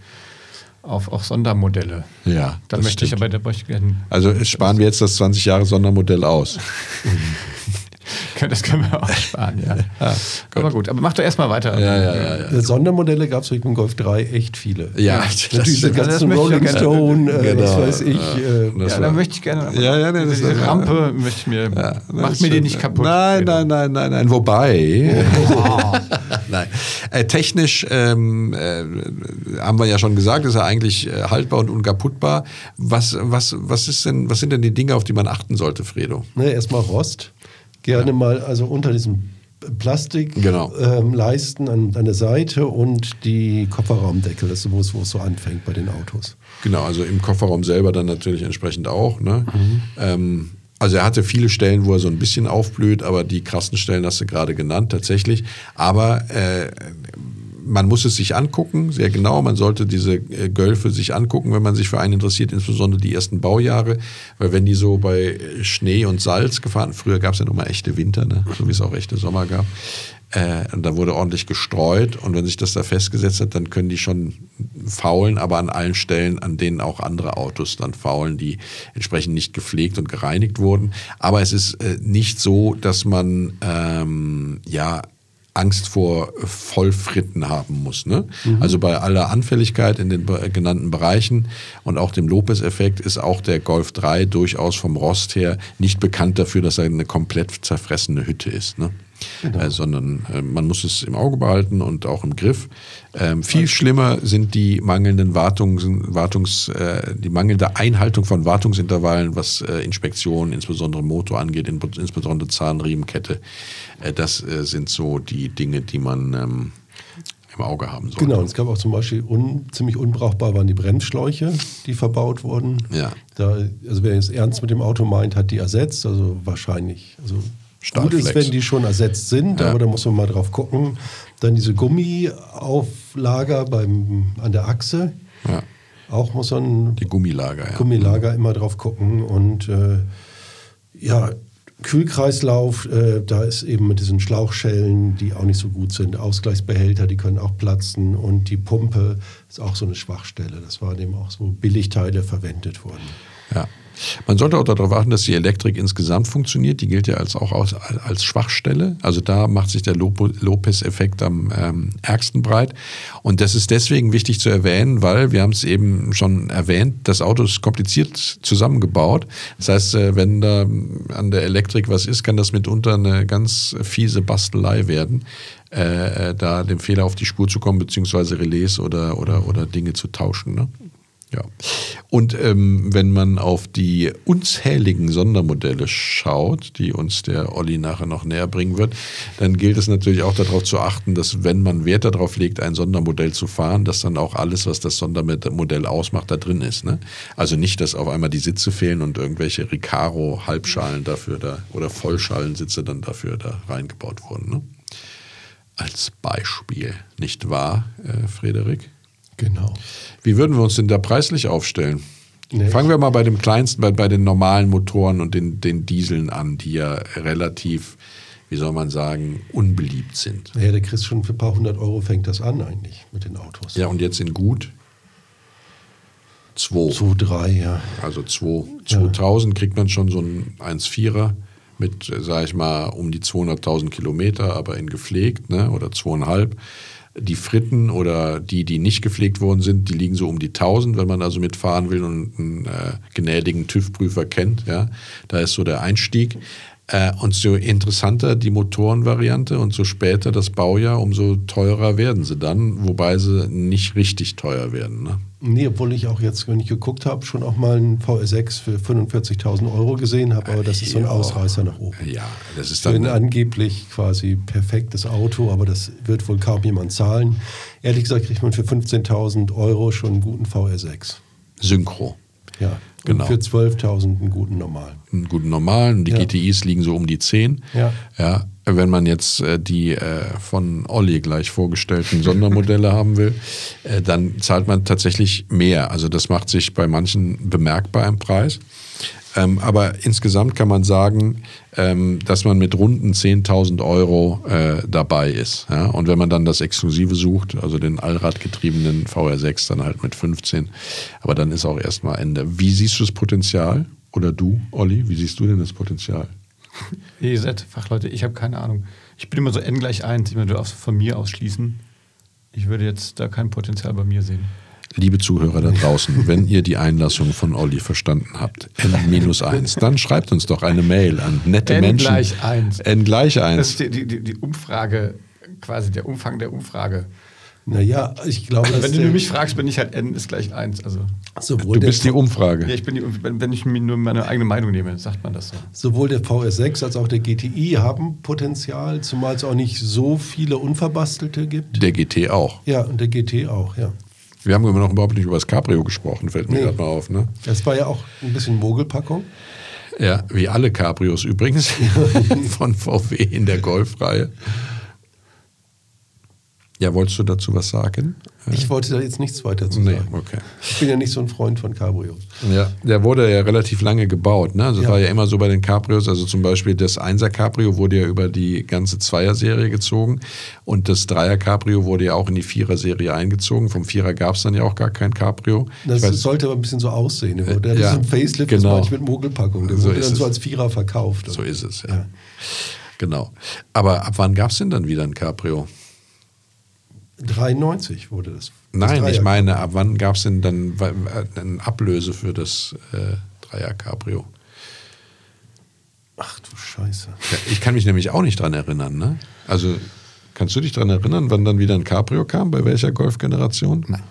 Speaker 4: auf auch Sondermodelle.
Speaker 2: Ja,
Speaker 4: Da
Speaker 2: das
Speaker 4: möchte ich
Speaker 2: stimmt.
Speaker 4: aber, da bräuchte ich gerne.
Speaker 2: Also äh, sparen wir jetzt das 20 Jahre Sondermodell aus.
Speaker 4: Das können wir auch sparen, ja. aber gut, aber mach doch erstmal weiter.
Speaker 3: Sondermodelle gab es beim Golf 3 echt viele.
Speaker 2: Ja, das
Speaker 3: Natürlich diese
Speaker 2: stimmt.
Speaker 4: das
Speaker 3: ganzen
Speaker 4: möchte ich ja
Speaker 3: Rolling
Speaker 4: gerne-
Speaker 3: Stone, äh, was
Speaker 2: Genau.
Speaker 3: weiß ich. Äh,
Speaker 2: Das
Speaker 4: ja,
Speaker 2: war-
Speaker 4: da möchte ich gerne.
Speaker 2: Ja, ja, nee, das
Speaker 4: diese
Speaker 2: ist-
Speaker 4: Rampe möchte ich mir. mach
Speaker 2: Das
Speaker 4: mir die
Speaker 2: stimmt.
Speaker 4: nicht kaputt.
Speaker 2: Nein,
Speaker 4: Genau.
Speaker 2: nein, nein, nein, nein. Wobei. nein. Äh, technisch ähm, äh, haben wir ja schon gesagt, ist er eigentlich äh, haltbar und unkaputtbar. Was, was, was, ist denn, was sind denn die Dinge, auf die man achten sollte, Fredo?
Speaker 3: Ne, erstmal Rost. Gerne mal, also unter diesem Plastik
Speaker 2: Genau.
Speaker 3: ähm, leisten an, an der Seite und die Kofferraumdeckel, das ist, wo es wo es so anfängt bei den Autos.
Speaker 2: Genau, also im Kofferraum selber dann natürlich entsprechend auch. Ne?
Speaker 4: Mhm.
Speaker 2: Ähm, also er hatte viele Stellen, wo er so ein bisschen aufblüht, aber die krassen Stellen hast du gerade genannt, tatsächlich. Aber äh, man muss es sich angucken, sehr genau. Man sollte diese äh, Gölfe sich angucken, wenn man sich für einen interessiert, insbesondere die ersten Baujahre. Weil wenn die so bei äh, Schnee und Salz gefahren, früher gab es ja noch mal echte Winter, ne? so wie es auch echte Sommer gab. Äh, und da wurde ordentlich gestreut und wenn sich das da festgesetzt hat, dann können die schon faulen, aber an allen Stellen, an denen auch andere Autos dann faulen, die entsprechend nicht gepflegt und gereinigt wurden. Aber es ist äh, nicht so, dass man ähm, ja Angst vor Vollfritten haben muss. Ne? Also bei aller Anfälligkeit in den be- genannten Bereichen und auch dem Lopez-Effekt ist auch der Golf 3 durchaus vom Rost her nicht bekannt dafür, dass er eine komplett zerfressene Hütte ist. Ne? Äh, sondern äh, man muss es im Auge behalten und auch im Griff. Ähm, viel schlimmer sind die mangelnden Wartungs, Wartungs, äh, die mangelnde Einhaltung von Wartungsintervallen, was äh, Inspektionen, insbesondere Motor angeht, in, insbesondere Zahnriemenkette. Äh, das äh, sind so die Dinge, die man ähm, im Auge haben sollte.
Speaker 3: Genau, und es gab auch zum Beispiel un, ziemlich unbrauchbar waren die Bremsschläuche, die verbaut wurden.
Speaker 2: Ja.
Speaker 3: Da, also wer es ernst mit dem Auto meint, hat die ersetzt, also wahrscheinlich. Also gut
Speaker 2: Stahlflex.
Speaker 3: ist, wenn die schon ersetzt sind,
Speaker 2: Ja.
Speaker 3: aber da muss man mal drauf gucken. Dann diese Gummiauflager beim, an der Achse,
Speaker 2: Ja,
Speaker 3: auch muss man
Speaker 2: die Gummilager. Ja.
Speaker 3: Gummilager immer drauf gucken und äh, ja, Kühlkreislauf, äh, da ist eben mit diesen Schlauchschellen, die auch nicht so gut sind, Ausgleichsbehälter, die können auch platzen und die Pumpe ist auch so eine Schwachstelle. Das waren eben auch so Billigteile verwendet worden.
Speaker 2: Ja. Man sollte auch darauf achten, dass die Elektrik insgesamt funktioniert. Die gilt ja als, auch als, als Schwachstelle. Also da macht sich der Lopo- Lopez-Effekt am ähm, ärgsten breit. Und das ist deswegen wichtig zu erwähnen, weil wir haben es eben schon erwähnt, das Auto ist kompliziert zusammengebaut. Das heißt, äh, wenn da mh, an der Elektrik was ist, kann das mitunter eine ganz fiese Bastelei werden, äh, äh, da dem Fehler auf die Spur zu kommen, beziehungsweise Relais oder, oder, oder Dinge zu tauschen. Ne? Ja. Und ähm, wenn man auf die unzähligen Sondermodelle schaut, die uns der Olli nachher noch näher bringen wird, dann gilt es natürlich auch darauf zu achten, dass wenn man Wert darauf legt, ein Sondermodell zu fahren, dass dann auch alles, was das Sondermodell ausmacht, da drin ist. Ne? Also nicht, dass auf einmal die Sitze fehlen und irgendwelche Recaro-Halbschalen dafür da oder Vollschalensitze dann dafür da reingebaut wurden. Ne? Als Beispiel, nicht wahr, äh, Frederik?
Speaker 3: Genau.
Speaker 2: Wie würden wir uns denn da preislich aufstellen?
Speaker 3: Nee.
Speaker 2: Fangen wir mal bei dem kleinsten, bei, bei den normalen Motoren und den, den Dieseln an, die ja relativ, wie soll man sagen, unbeliebt sind.
Speaker 3: Naja, der kriegst schon für ein paar hundert Euro fängt das an eigentlich mit den Autos.
Speaker 2: Ja, und jetzt sind gut zwei.
Speaker 3: So drei, ja.
Speaker 2: Also zwei, 2000 kriegt man schon so einen 1,4er mit, sage ich mal, um die 200.000 Kilometer, aber in gepflegt ne, oder zweieinhalb. Die Fritten oder die, die nicht gepflegt worden sind, die liegen so um die 1000, wenn man also mitfahren will und einen äh, gnädigen TÜV-Prüfer kennt. Ja, da ist so der Einstieg. Äh, und so interessanter die Motorenvariante und so später das Baujahr, umso teurer werden sie dann, wobei sie nicht richtig teuer werden. Ne?
Speaker 3: Nee, obwohl ich auch jetzt, wenn ich geguckt habe, schon auch mal einen VR6 für 45.000 Euro gesehen habe, aber das ist so ein
Speaker 2: Ja.
Speaker 3: Ausreißer nach oben.
Speaker 2: Ja, das ist
Speaker 3: Für
Speaker 2: dann.
Speaker 3: ein angeblich quasi perfektes Auto, aber das wird wohl kaum jemand zahlen. Ehrlich gesagt kriegt man für 15.000 Euro schon einen guten VR6.
Speaker 2: Synchro.
Speaker 3: Ja,
Speaker 2: Genau.
Speaker 3: Und für 12.000 einen guten normal.
Speaker 2: einen guten normalen. Die
Speaker 3: Ja.
Speaker 2: GTIs liegen so um die 10.
Speaker 3: Ja.
Speaker 2: Ja, wenn man jetzt äh, die äh, von Olli gleich vorgestellten Sondermodelle haben will, äh, dann zahlt man tatsächlich mehr. Also das macht sich bei manchen bemerkbar im Preis. Ähm, aber insgesamt kann man sagen, ähm, dass man mit runden 10.000 Euro äh, dabei ist. Ja? Und wenn man dann das Exklusive sucht, also den allradgetriebenen VR6, dann halt mit 15. Aber dann ist auch erstmal Ende. Wie siehst du das Potenzial? Oder du, Olli, wie siehst du denn das Potenzial?
Speaker 4: Ihr seid Fachleute, ich habe keine Ahnung. Ich bin immer so n gleich 1. Ich meine, du darfst von mir ausschließen. Ich würde jetzt da kein Potenzial bei mir sehen.
Speaker 2: Liebe Zuhörer da draußen, wenn ihr die Einlassung von Olli verstanden habt, n-1, dann schreibt uns doch eine Mail an nette
Speaker 4: N
Speaker 2: Menschen.
Speaker 4: gleich eins.
Speaker 2: N gleich
Speaker 4: Das
Speaker 2: 1.
Speaker 4: ist die, die, die, die Umfrage, quasi der Umfang der Umfrage.
Speaker 3: Naja, ich glaube, dass
Speaker 4: Wenn du
Speaker 3: der-
Speaker 4: nur mich fragst, bin ich halt N ist gleich 1. Also,
Speaker 3: sowohl
Speaker 2: Du
Speaker 3: der-
Speaker 2: bist die Umfrage.
Speaker 4: ja, ich bin die, wenn, wenn ich mir nur meine eigene Meinung nehme, sagt man das so.
Speaker 3: Sowohl der VS6 als auch der GTI haben Potenzial, zumal es auch nicht so viele Unverbastelte gibt.
Speaker 2: Der GT auch.
Speaker 3: Ja, und der GT auch, ja.
Speaker 2: Wir haben immer noch überhaupt nicht über das Cabrio gesprochen, fällt mir
Speaker 3: Nee.
Speaker 2: gerade mal auf. Ne?
Speaker 3: Das war ja auch ein bisschen Mogelpackung.
Speaker 2: Ja, wie alle Cabrios übrigens von VW in der Golfreihe. Ja, wolltest du dazu was sagen?
Speaker 3: Ich wollte da jetzt nichts weiter zu
Speaker 2: Nee,
Speaker 3: sagen.
Speaker 2: okay.
Speaker 3: Ich bin ja nicht so ein Freund von Cabrios.
Speaker 2: Ja, der wurde ja relativ lange gebaut. Ne? Also
Speaker 3: Ja.
Speaker 2: war ja immer so bei den Cabrios, also zum Beispiel das 1er Cabrio wurde ja über die ganze Zweier-Serie gezogen und das 3er Cabrio wurde ja auch in die Vierer-Serie eingezogen. Vom Vierer gab es dann ja auch gar kein Cabrio.
Speaker 3: Das
Speaker 2: Ich weiß-
Speaker 3: sollte aber ein bisschen so aussehen. Der wurde-
Speaker 2: Äh,
Speaker 3: Das
Speaker 2: ja,
Speaker 3: ist ein Facelift, das
Speaker 2: genau.
Speaker 3: meine ich mit Mogelpackung. Der
Speaker 2: So
Speaker 3: wurde
Speaker 2: ist
Speaker 3: dann so
Speaker 2: es.
Speaker 3: als Vierer verkauft.
Speaker 2: so ist es, ja.
Speaker 3: Ja.
Speaker 2: Genau. Aber ab wann gab es denn dann wieder ein Cabrio?
Speaker 3: 93 wurde das. das
Speaker 2: Nein, ich
Speaker 3: Dreier-
Speaker 2: meine, ab wann gab es denn dann wa- wa- eine Ablöse für das äh, Dreier-Cabrio?
Speaker 3: Ach du Scheiße.
Speaker 2: Ja, Ich kann mich nämlich auch nicht dran erinnern. Ne? Also kannst du dich dran erinnern, wann dann wieder ein Cabrio kam? Bei welcher Golf-Generation? Nein.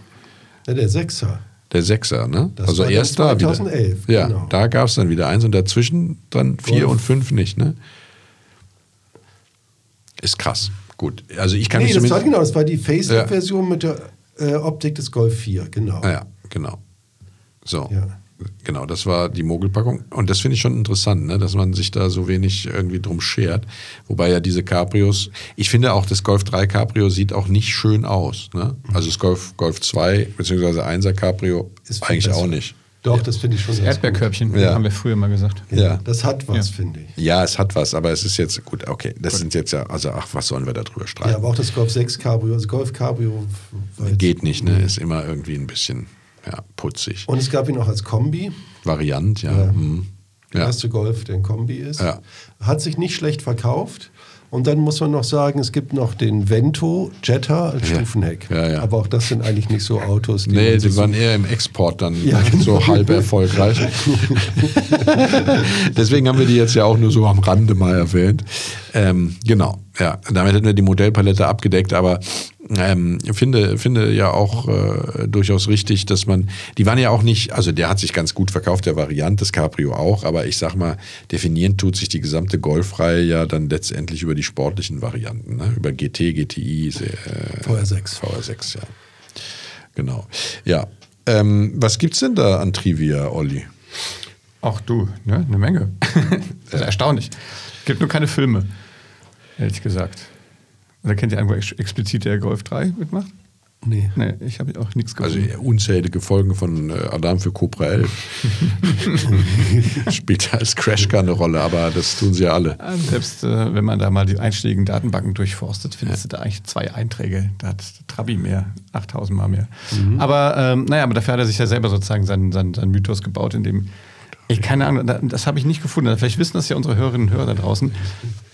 Speaker 3: Ja, der Sechser.
Speaker 2: Der Sechser, ne?
Speaker 3: Das
Speaker 2: also
Speaker 3: war dann
Speaker 2: erst da wieder.
Speaker 3: 2011,
Speaker 2: ja,
Speaker 3: genau.
Speaker 2: da gab es dann wieder eins und dazwischen dann vier
Speaker 3: Golf.
Speaker 2: und fünf nicht, ne? Ist krass. Gut, also ich kann
Speaker 3: nee,
Speaker 2: mich
Speaker 3: das war,
Speaker 2: zumindest-
Speaker 3: genau, das war die Facelift-Version mit der äh, Optik des Golf 4, genau.
Speaker 2: Ah ja, genau. So.
Speaker 3: Ja.
Speaker 2: Genau, das war die Mogelpackung. Und das finde ich schon interessant, ne, dass man sich da so wenig irgendwie drum schert. Wobei ja diese Cabrios, ich finde auch, das Golf 3 Cabrio sieht auch nicht schön aus. Ne? Also das Golf, Golf 2 bzw. 1er Cabrio
Speaker 3: Ist viel
Speaker 2: eigentlich
Speaker 3: besser.
Speaker 2: auch nicht.
Speaker 3: Doch, das finde ich schon sehr
Speaker 4: Erdbeerkörbchen,
Speaker 2: Ja.
Speaker 4: haben wir früher mal gesagt.
Speaker 3: gut.
Speaker 2: Ja.
Speaker 3: Das hat was,
Speaker 4: Ja.
Speaker 3: finde ich.
Speaker 2: Ja, es hat was, aber es ist jetzt gut, okay. Das sind jetzt ja, also ach, was sollen wir da drüber
Speaker 3: Ja,
Speaker 2: streiten?
Speaker 3: aber auch das Golf 6 Cabrio, also Golf Cabrio war jetzt- Mhm.
Speaker 2: Geht nicht, ne? Ist immer irgendwie ein bisschen ja, putzig.
Speaker 3: Und es gab ihn auch als Kombi.
Speaker 2: Variant, ja.
Speaker 3: Ja.
Speaker 2: Mhm.
Speaker 3: Der
Speaker 2: ja.
Speaker 3: erste Golf, der ein Kombi ist.
Speaker 2: Ja.
Speaker 3: Hat sich nicht schlecht verkauft. Und dann muss man noch sagen, es gibt noch den Vento Jetta als
Speaker 2: Ja.
Speaker 3: Stufenheck.
Speaker 2: Ja, ja.
Speaker 3: Aber auch das sind eigentlich nicht so Autos, die
Speaker 2: Nee,
Speaker 3: man sich
Speaker 2: die waren eher im Export dann
Speaker 3: Ja, genau.
Speaker 2: so halb erfolgreich. Deswegen haben wir die jetzt ja auch nur so am Rande mal erwähnt. Ähm, genau, ja. Damit hätten wir die Modellpalette abgedeckt, aber ähm, finde, finde ja auch äh, durchaus richtig, dass man, die waren ja auch nicht, also der hat sich ganz gut verkauft, der Variant, das Cabrio auch, aber ich sag mal, definieren tut sich die gesamte Golfreihe ja dann letztendlich über die sportlichen Varianten, ne? über GT, GTI, äh,
Speaker 3: VR6.
Speaker 2: VR6, ja. Genau. Ja. Ähm, was gibt's denn da an Trivia, Olli?
Speaker 4: Auch du, ne? Eine Menge. das ist erstaunlich. Gibt nur keine Filme, ehrlich gesagt. Oder kennt ihr irgendwo ex explizit, der Golf 3 mitmacht?
Speaker 3: Nee.
Speaker 4: Nee, ich habe auch nichts
Speaker 2: Also
Speaker 4: gefunden.
Speaker 2: unzählige Folgen von äh, Alarm für Cobra 11. Spielt da als Crashcar eine Rolle, aber das tun sie ja alle.
Speaker 4: Ähm, Selbst äh, wenn man da mal die einschlägigen Datenbanken durchforstet, findest du da eigentlich zwei Einträge. Da hat Trabi mehr, 8000 Mal mehr. Aber ähm, naja, aber dafür hat er sich ja selber sozusagen seinen, seinen, seinen Mythos gebaut, in dem ich keine Ahnung, da- das habe ich nicht gefunden. Also Vielleicht wissen das ja unsere Hörerinnen und Hörer da draußen,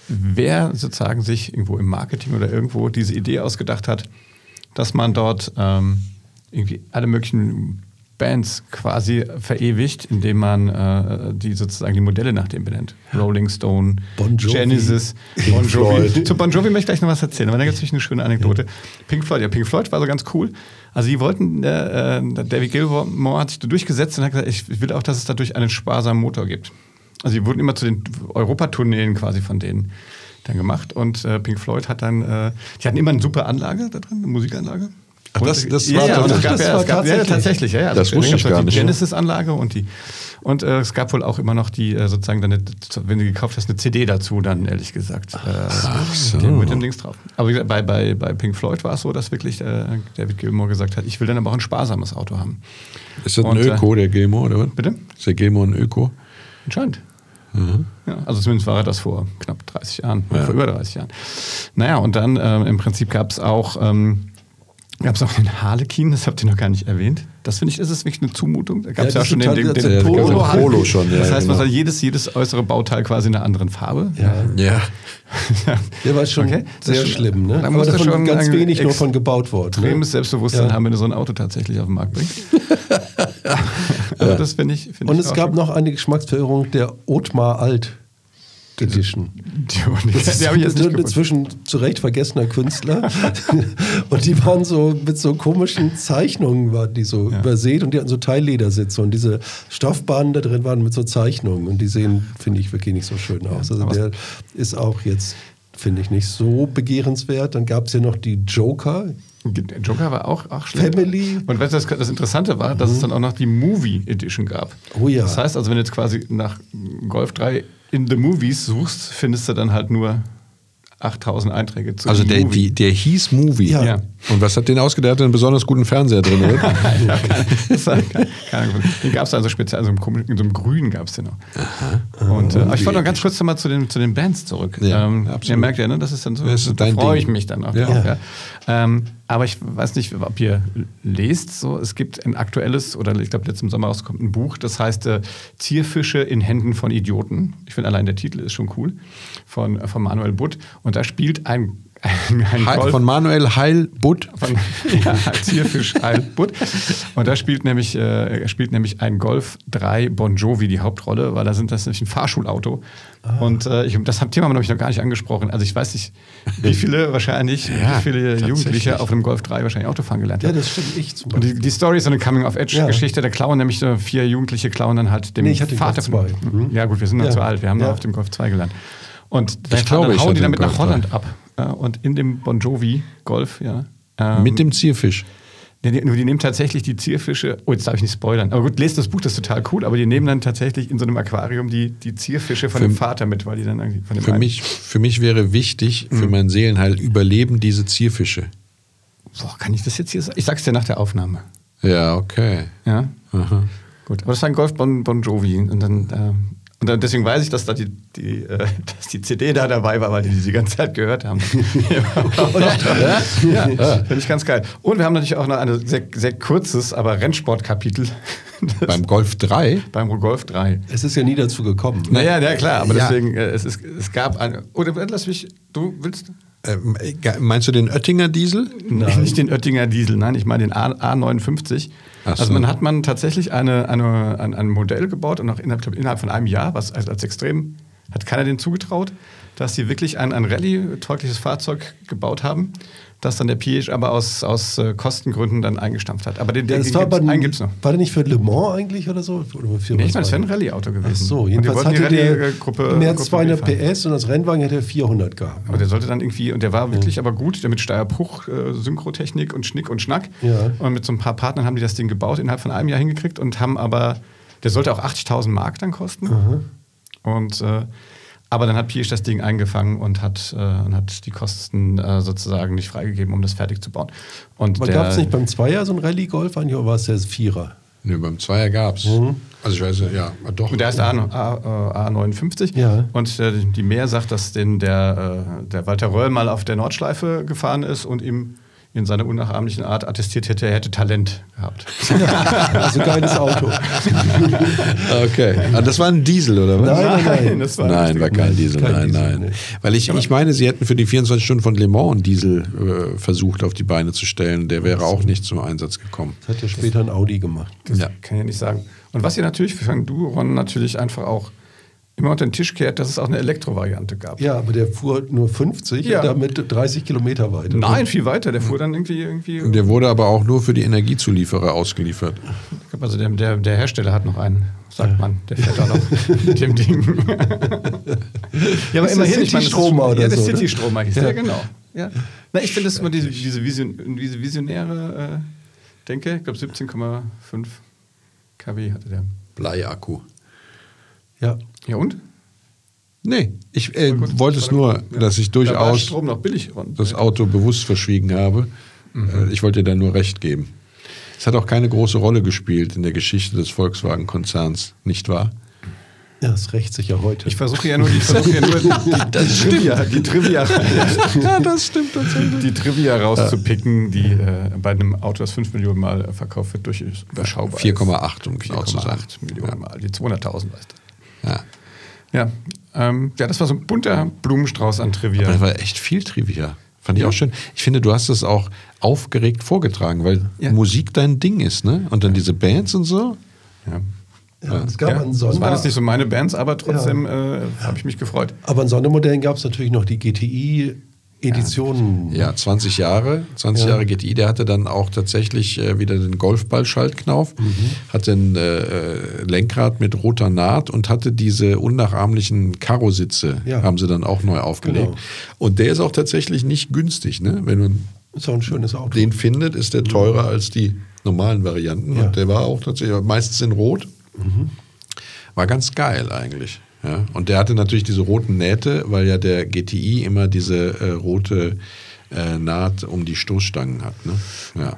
Speaker 4: wer sozusagen sich irgendwo im Marketing oder irgendwo diese Idee ausgedacht hat, dass man dort ähm, irgendwie alle möglichen Bands quasi verewigt, indem man äh, die sozusagen die Modelle nach dem benennt. Rolling Stone,
Speaker 3: Bon Jovi.
Speaker 4: Genesis,
Speaker 3: Pink
Speaker 4: Bon Jovi.
Speaker 3: Floyd.
Speaker 4: Zu Bon Jovi möchte ich gleich noch was erzählen, aber da gibt es eine schöne Anekdote. Pink Floyd, ja, Pink Floyd war so ganz cool. Also die wollten, äh, äh, David Gilmour hat sich da durchgesetzt und hat gesagt, ich, ich will auch, dass es dadurch einen sparsamen Motor gibt. Also die wurden immer zu den Europatourneen quasi von denen dann gemacht und äh, Pink Floyd hat dann, äh, die hatten immer eine super Anlage da drin, eine Musikanlage.
Speaker 2: Ach, das-
Speaker 4: Und-
Speaker 2: das
Speaker 4: ja,
Speaker 2: war-
Speaker 4: ja, und es gab,
Speaker 3: das
Speaker 4: ja,
Speaker 3: war
Speaker 4: es gab, ja,
Speaker 3: tatsächlich.
Speaker 4: tatsächlich, ja, Also ja.
Speaker 2: Das wusste ich
Speaker 4: gab's
Speaker 2: gar
Speaker 4: die
Speaker 2: nicht.
Speaker 4: Genesis-Anlage und die und äh, es gab wohl auch immer noch die äh, sozusagen dann, eine, wenn du gekauft hast, eine CD dazu, dann ehrlich gesagt. Äh, mit dem- Mit dem Dings drauf. Aber wie gesagt, bei, bei, bei Pink Floyd war es so, dass wirklich äh, David Gilmour gesagt hat, ich will dann aber auch ein sparsames Auto haben.
Speaker 2: Ist das ein
Speaker 4: Und, äh,
Speaker 2: Öko, der Gilmore, oder was?
Speaker 4: Bitte?
Speaker 2: Ist der Gilmore ein Öko?
Speaker 4: Anscheinend. Ja, also zumindest war er das vor knapp 30 Jahren,
Speaker 2: Ja.
Speaker 4: vor über 30 Jahren. Naja, und dann ähm, im Prinzip gab es auch, ähm, gab's auch den Harlekin, das habt ihr noch gar nicht erwähnt. Das finde ich, ist es wirklich eine Zumutung. Da gab es
Speaker 3: Ja, das
Speaker 4: ja, auch schon
Speaker 3: ist
Speaker 4: den,
Speaker 3: total-
Speaker 4: den,
Speaker 3: das
Speaker 4: den
Speaker 3: ist also
Speaker 2: ja
Speaker 4: Polo.
Speaker 2: der Polo schon, ja,
Speaker 4: das heißt, man
Speaker 2: genau.
Speaker 4: soll jedes, jedes äußere Bauteil quasi in einer anderen Farbe.
Speaker 3: Ja.
Speaker 2: Ja.
Speaker 3: Der war schon
Speaker 4: Okay.
Speaker 3: sehr
Speaker 4: Das ist schon-
Speaker 3: schlimm. Ne?
Speaker 4: Da
Speaker 3: Aber
Speaker 4: muss er
Speaker 3: davon
Speaker 4: schon
Speaker 3: ganz
Speaker 4: ein
Speaker 3: wenig nur
Speaker 4: ex-
Speaker 3: von gebaut worden. Ne?
Speaker 4: Extremes Selbstbewusstsein
Speaker 3: Ja.
Speaker 4: haben, wenn du so ein Auto tatsächlich auf den Markt bringst. Aber das finde ich. Find
Speaker 3: Und
Speaker 4: ich
Speaker 3: es
Speaker 4: auch
Speaker 3: gab noch eine Geschmacksverirrung der Otmar Alt Edition.
Speaker 4: Die, die,
Speaker 3: Das
Speaker 4: die habe ich jetzt
Speaker 3: ist
Speaker 4: nicht
Speaker 3: ein
Speaker 4: gewusst.
Speaker 3: inzwischen zu Recht vergessener Künstler. und die waren so mit so komischen Zeichnungen, waren die so übersät und die hatten so Teilledersitze und diese Stoffbahnen da drin waren mit so Zeichnungen und die sehen, finde ich, wirklich nicht so schön aus. Also
Speaker 4: aber-
Speaker 3: der ist auch jetzt, finde ich, nicht so begehrenswert. Dann gab es ja noch die Joker.
Speaker 4: Joker war auch, auch schlecht.
Speaker 3: Family. Mhm.
Speaker 4: Und weißt du, das, das Interessante war, dass es dann auch noch die Movie Edition gab.
Speaker 3: Oh ja.
Speaker 4: Das heißt, also wenn du jetzt quasi nach Golf 3 in the Movies suchst, findest du dann halt nur 8000 Einträge zu
Speaker 2: Also
Speaker 4: den
Speaker 2: der,
Speaker 4: Movie.
Speaker 2: die, der hieß Movie.
Speaker 3: Ja.
Speaker 4: Ja.
Speaker 2: Und was hat den ausgedacht? Der hat einen besonders guten Fernseher drin, oder?
Speaker 4: ja, keine, das war keine, keine Ahnung. Den gab es also speziell, also in so einem grünen gab es den noch. Und äh, aber ich wollte noch ganz kurz nochmal zu den, zu den Bands zurück.
Speaker 2: Oh, Ja, absolut.
Speaker 4: ihr merkt ja, ne, das ist dann so,
Speaker 2: Das ist
Speaker 4: da
Speaker 2: dein
Speaker 4: freue
Speaker 2: Ding.
Speaker 4: ich mich dann auch
Speaker 2: Ja.
Speaker 4: drauf. Ja. Ähm, aber ich weiß nicht, ob ihr lest, so, es gibt ein aktuelles, oder ich glaube letzten Sommer rauskommt ein Buch, das heißt äh, Zierfische in Händen von Idioten. Ich finde allein der Titel ist schon cool, von, äh, von Manuel Butt. Und da spielt ein, ein, ein
Speaker 2: Heil,
Speaker 4: Golf-
Speaker 2: von Manuel Heil Butt.
Speaker 4: von ja, Zierfisch Heilbutt. Und da spielt nämlich, äh, spielt nämlich ein Golf 3 Bon Jovi die Hauptrolle, weil da sind das ist nämlich ein Fahrschulauto. Und äh, ich, das Thema habe ich noch gar nicht angesprochen. Also ich weiß nicht, wie viele wahrscheinlich,
Speaker 2: Ja,
Speaker 4: wie viele
Speaker 2: tatsächlich.
Speaker 4: Jugendliche auf einem Golf 3 wahrscheinlich Autofahren gelernt
Speaker 3: Ja,
Speaker 4: haben.
Speaker 3: das stimmt ich zum
Speaker 4: Und
Speaker 3: Beispiel.
Speaker 4: die, die Story ist so eine Coming-of-Age-Geschichte. Da klauen nämlich äh, vier Jugendliche klauen dann halt dem
Speaker 3: Nee, ich hatte den
Speaker 4: Vater
Speaker 3: Golf 2.
Speaker 4: von. Ja, gut, wir sind noch
Speaker 3: Ja.
Speaker 4: zu alt. Wir haben
Speaker 3: Ja.
Speaker 4: noch auf dem Golf 2 gelernt. Und dann,
Speaker 2: glaube, ich
Speaker 4: hauen
Speaker 2: hatte
Speaker 4: die
Speaker 2: den
Speaker 4: damit nach
Speaker 2: Golf 3.
Speaker 4: Holland ab. Äh, und in dem Bon Jovi Golf, ja. ähm,
Speaker 2: Mit dem Zierfisch.
Speaker 4: Nee, die, nur die nehmen tatsächlich die Zierfische. Oh, jetzt darf ich nicht spoilern. Aber gut, lest das Buch, das ist total cool. Aber die nehmen dann tatsächlich in so einem Aquarium die, die Zierfische von dem Vater mit, weil die dann irgendwie von dem
Speaker 2: Für
Speaker 4: einen-
Speaker 2: mich, für mich wäre wichtig, für meinen Seelenheil, überleben diese Zierfische.
Speaker 4: Boah, kann ich das jetzt hier sagen? Ich sag's dir nach der Aufnahme.
Speaker 2: Ja, okay.
Speaker 4: Ja.
Speaker 2: Aha.
Speaker 4: Gut. Aber das war ein Golf Bon, bon Jovi. Und dann. ähm, und dann, deswegen weiß ich, dass da die, die, äh, dass die CD da dabei war, weil die die die ganze Zeit gehört haben. ja, ja, finde ich ganz geil. Und wir haben natürlich auch noch ein sehr, sehr kurzes, aber Rennsportkapitel Das-
Speaker 2: Beim Golf 3?
Speaker 4: beim Golf 3.
Speaker 3: Es ist ja nie dazu gekommen.
Speaker 4: Naja, ja, klar, aber
Speaker 2: Ja.
Speaker 4: deswegen, äh, es, ist, es gab eine. Oder lass mich, du willst.
Speaker 2: Ähm, ge- meinst du den Oettinger Diesel?
Speaker 4: Nein. Nicht den Oettinger Diesel, nein, ich meine den A, A59.
Speaker 2: Ach so.
Speaker 4: Also man hat man tatsächlich eine, eine, ein, ein Modell gebaut und auch innerhalb, glaub, innerhalb von einem Jahr, was als, als extrem, hat keiner denen zugetraut, dass sie wirklich ein, ein Rallye-taugliches Fahrzeug gebaut haben, das dann der Piech aber aus, aus äh, Kostengründen dann eingestampft hat. Aber den, den,
Speaker 3: Das
Speaker 4: den
Speaker 3: war,
Speaker 4: gibt's,
Speaker 3: aber,
Speaker 4: einen gibt's noch.
Speaker 3: war der nicht für Le Mans eigentlich oder so? Oder für
Speaker 4: Nee,
Speaker 3: was
Speaker 4: ich meine, es
Speaker 3: war
Speaker 4: wäre ein
Speaker 3: der?
Speaker 4: Rallye-Auto gewesen.
Speaker 3: Ach so,
Speaker 4: und die
Speaker 3: jedenfalls
Speaker 4: wollten die
Speaker 3: Mhm. hatte der
Speaker 4: Rallye-Gruppe.
Speaker 3: mehr
Speaker 4: äh, Gruppe
Speaker 3: als 200
Speaker 4: B fahren.
Speaker 3: PS und das Rennwagen hätte er 400 gehabt.
Speaker 4: Aber der sollte dann irgendwie, und der war wirklich aber gut, der mit Steierbruch, äh, Synchrotechnik und Schnick und Schnack.
Speaker 3: Ja.
Speaker 4: Und mit so ein paar Partnern haben die das Ding gebaut, innerhalb von einem Jahr hingekriegt und haben aber, der sollte auch 80.000 Mark dann kosten. Und, äh, aber dann hat Piesch das Ding eingefangen und hat, äh, und hat die Kosten äh, sozusagen nicht freigegeben, um das fertig zu bauen. Und
Speaker 3: Aber
Speaker 4: der-
Speaker 3: gab es nicht beim Zweier so ein Rallye-Golf eigentlich oder war es der Vierer?
Speaker 2: Nö, beim Zweier gab's. Also ich weiß nicht, ja, doch.
Speaker 4: Und der heißt A, A, äh, A59.
Speaker 3: Mhm. Ja.
Speaker 4: Und äh, die Meer sagt, dass den der, äh, der Walter Röll mal auf der Nordschleife gefahren ist und ihm in seiner unnachahmlichen Art attestiert hätte, er hätte Talent gehabt.
Speaker 3: Also geiles Auto.
Speaker 2: Okay. Ah, das war ein Diesel, oder was?
Speaker 3: Nein, nein.
Speaker 4: das war
Speaker 2: Nein, war kein Diesel,
Speaker 3: Kein
Speaker 2: nein,
Speaker 3: Diesel,
Speaker 2: nein.
Speaker 3: nee.
Speaker 2: Weil ich, ich meine, sie hätten für die 24 Stunden von Le Mans einen Diesel äh, versucht auf die Beine zu stellen. Der wäre auch nicht zum Einsatz gekommen.
Speaker 3: Das hat ja später ein Audi gemacht.
Speaker 4: Das
Speaker 2: Ja.
Speaker 4: kann ich ja nicht sagen. Und was ihr natürlich für ein Duron natürlich einfach auch immer unter den Tisch kehrt, dass es auch eine Elektrovariante gab.
Speaker 3: Ja, aber der fuhr nur 50
Speaker 4: Ja.
Speaker 3: und damit 30 Kilometer weit.
Speaker 4: Nein, viel weiter. Der fuhr dann irgendwie,
Speaker 2: Und
Speaker 4: irgendwie
Speaker 2: Der wurde aber auch nur für die Energiezulieferer ausgeliefert.
Speaker 4: also der, der, der Hersteller hat noch einen, sagt man. Der fährt da noch mit dem Ding. ja,
Speaker 3: Ist der City-Stromer oder
Speaker 4: ja, der
Speaker 3: so, ne?
Speaker 4: City-Stromer hieß der,
Speaker 3: Ja.
Speaker 4: genau. Ja. Na, ich finde, das immer diese, diese, Vision, diese visionäre äh, Denke, ich glaube 17,5 kW hatte der.
Speaker 2: Bleiakku.
Speaker 3: Ja.
Speaker 4: Ja und?
Speaker 2: Nee, ich äh,
Speaker 4: Gut,
Speaker 2: wollte es nur,
Speaker 4: ja.
Speaker 2: dass ich
Speaker 4: Da war
Speaker 2: durchaus
Speaker 4: Strom noch billig. Und
Speaker 2: das Auto bewusst verschwiegen habe.
Speaker 4: Mhm.
Speaker 2: Äh, Ich wollte dir da nur recht geben. Es hat auch keine große Rolle gespielt in der Geschichte des Volkswagen-Konzerns, nicht wahr?
Speaker 3: Ja, ist recht sicher heute.
Speaker 4: Ich versuche ja nur, die, ich versuche ja nur die, die, Trivia, die, Trivia,
Speaker 2: Ja, das stimmt tatsächlich.
Speaker 4: die Trivia rauszupicken, die äh, bei einem Auto, das 5 Millionen Mal äh, verkauft wird, durch überschaubar ist.
Speaker 2: 4,8, um genau zu sein.
Speaker 4: 4,8 Millionen Mal, die 200.000 weißt du.
Speaker 2: Ja.
Speaker 4: Ja, ähm, ja, das war so ein bunter Blumenstrauß an
Speaker 2: Aber
Speaker 4: Trivia.
Speaker 2: da war echt viel Trivia. Fand ich auch schön. Ich finde, du hast es auch aufgeregt vorgetragen, weil
Speaker 4: Ja.
Speaker 2: Musik dein Ding ist, ne? Und dann diese Bands und so.
Speaker 4: Ja.
Speaker 3: ja, es gab
Speaker 4: Ja,
Speaker 3: einen
Speaker 4: das waren
Speaker 3: Sonder,
Speaker 4: jetzt nicht so meine Bands, aber trotzdem äh, habe ich mich gefreut.
Speaker 3: aber in Sondermodellen gab es natürlich noch die GTI-Editionen.
Speaker 2: Ja, 20 Jahre, 20
Speaker 3: Hm. Ja.
Speaker 2: Jahre GTI, der hatte dann auch tatsächlich äh, wieder den Golfballschaltknauf,
Speaker 3: Mhm.
Speaker 2: hatte ein äh, äh, Lenkrad mit roter Naht und hatte diese unnachahmlichen Karositze,
Speaker 3: Ja.
Speaker 2: haben sie dann auch neu aufgelegt.
Speaker 3: Genau.
Speaker 2: Und der ist auch tatsächlich nicht günstig, ne? Wenn man
Speaker 3: Ist auch ein schönes Auto.
Speaker 2: den findet, ist der teurer als die normalen Varianten.
Speaker 3: Ja.
Speaker 2: Und der war auch tatsächlich meistens in Rot. War ganz geil eigentlich. Ja? Und der hatte natürlich diese roten Nähte, weil ja der GTI immer diese äh, rote äh, Naht um die Stoßstangen hat. Ne? Ja.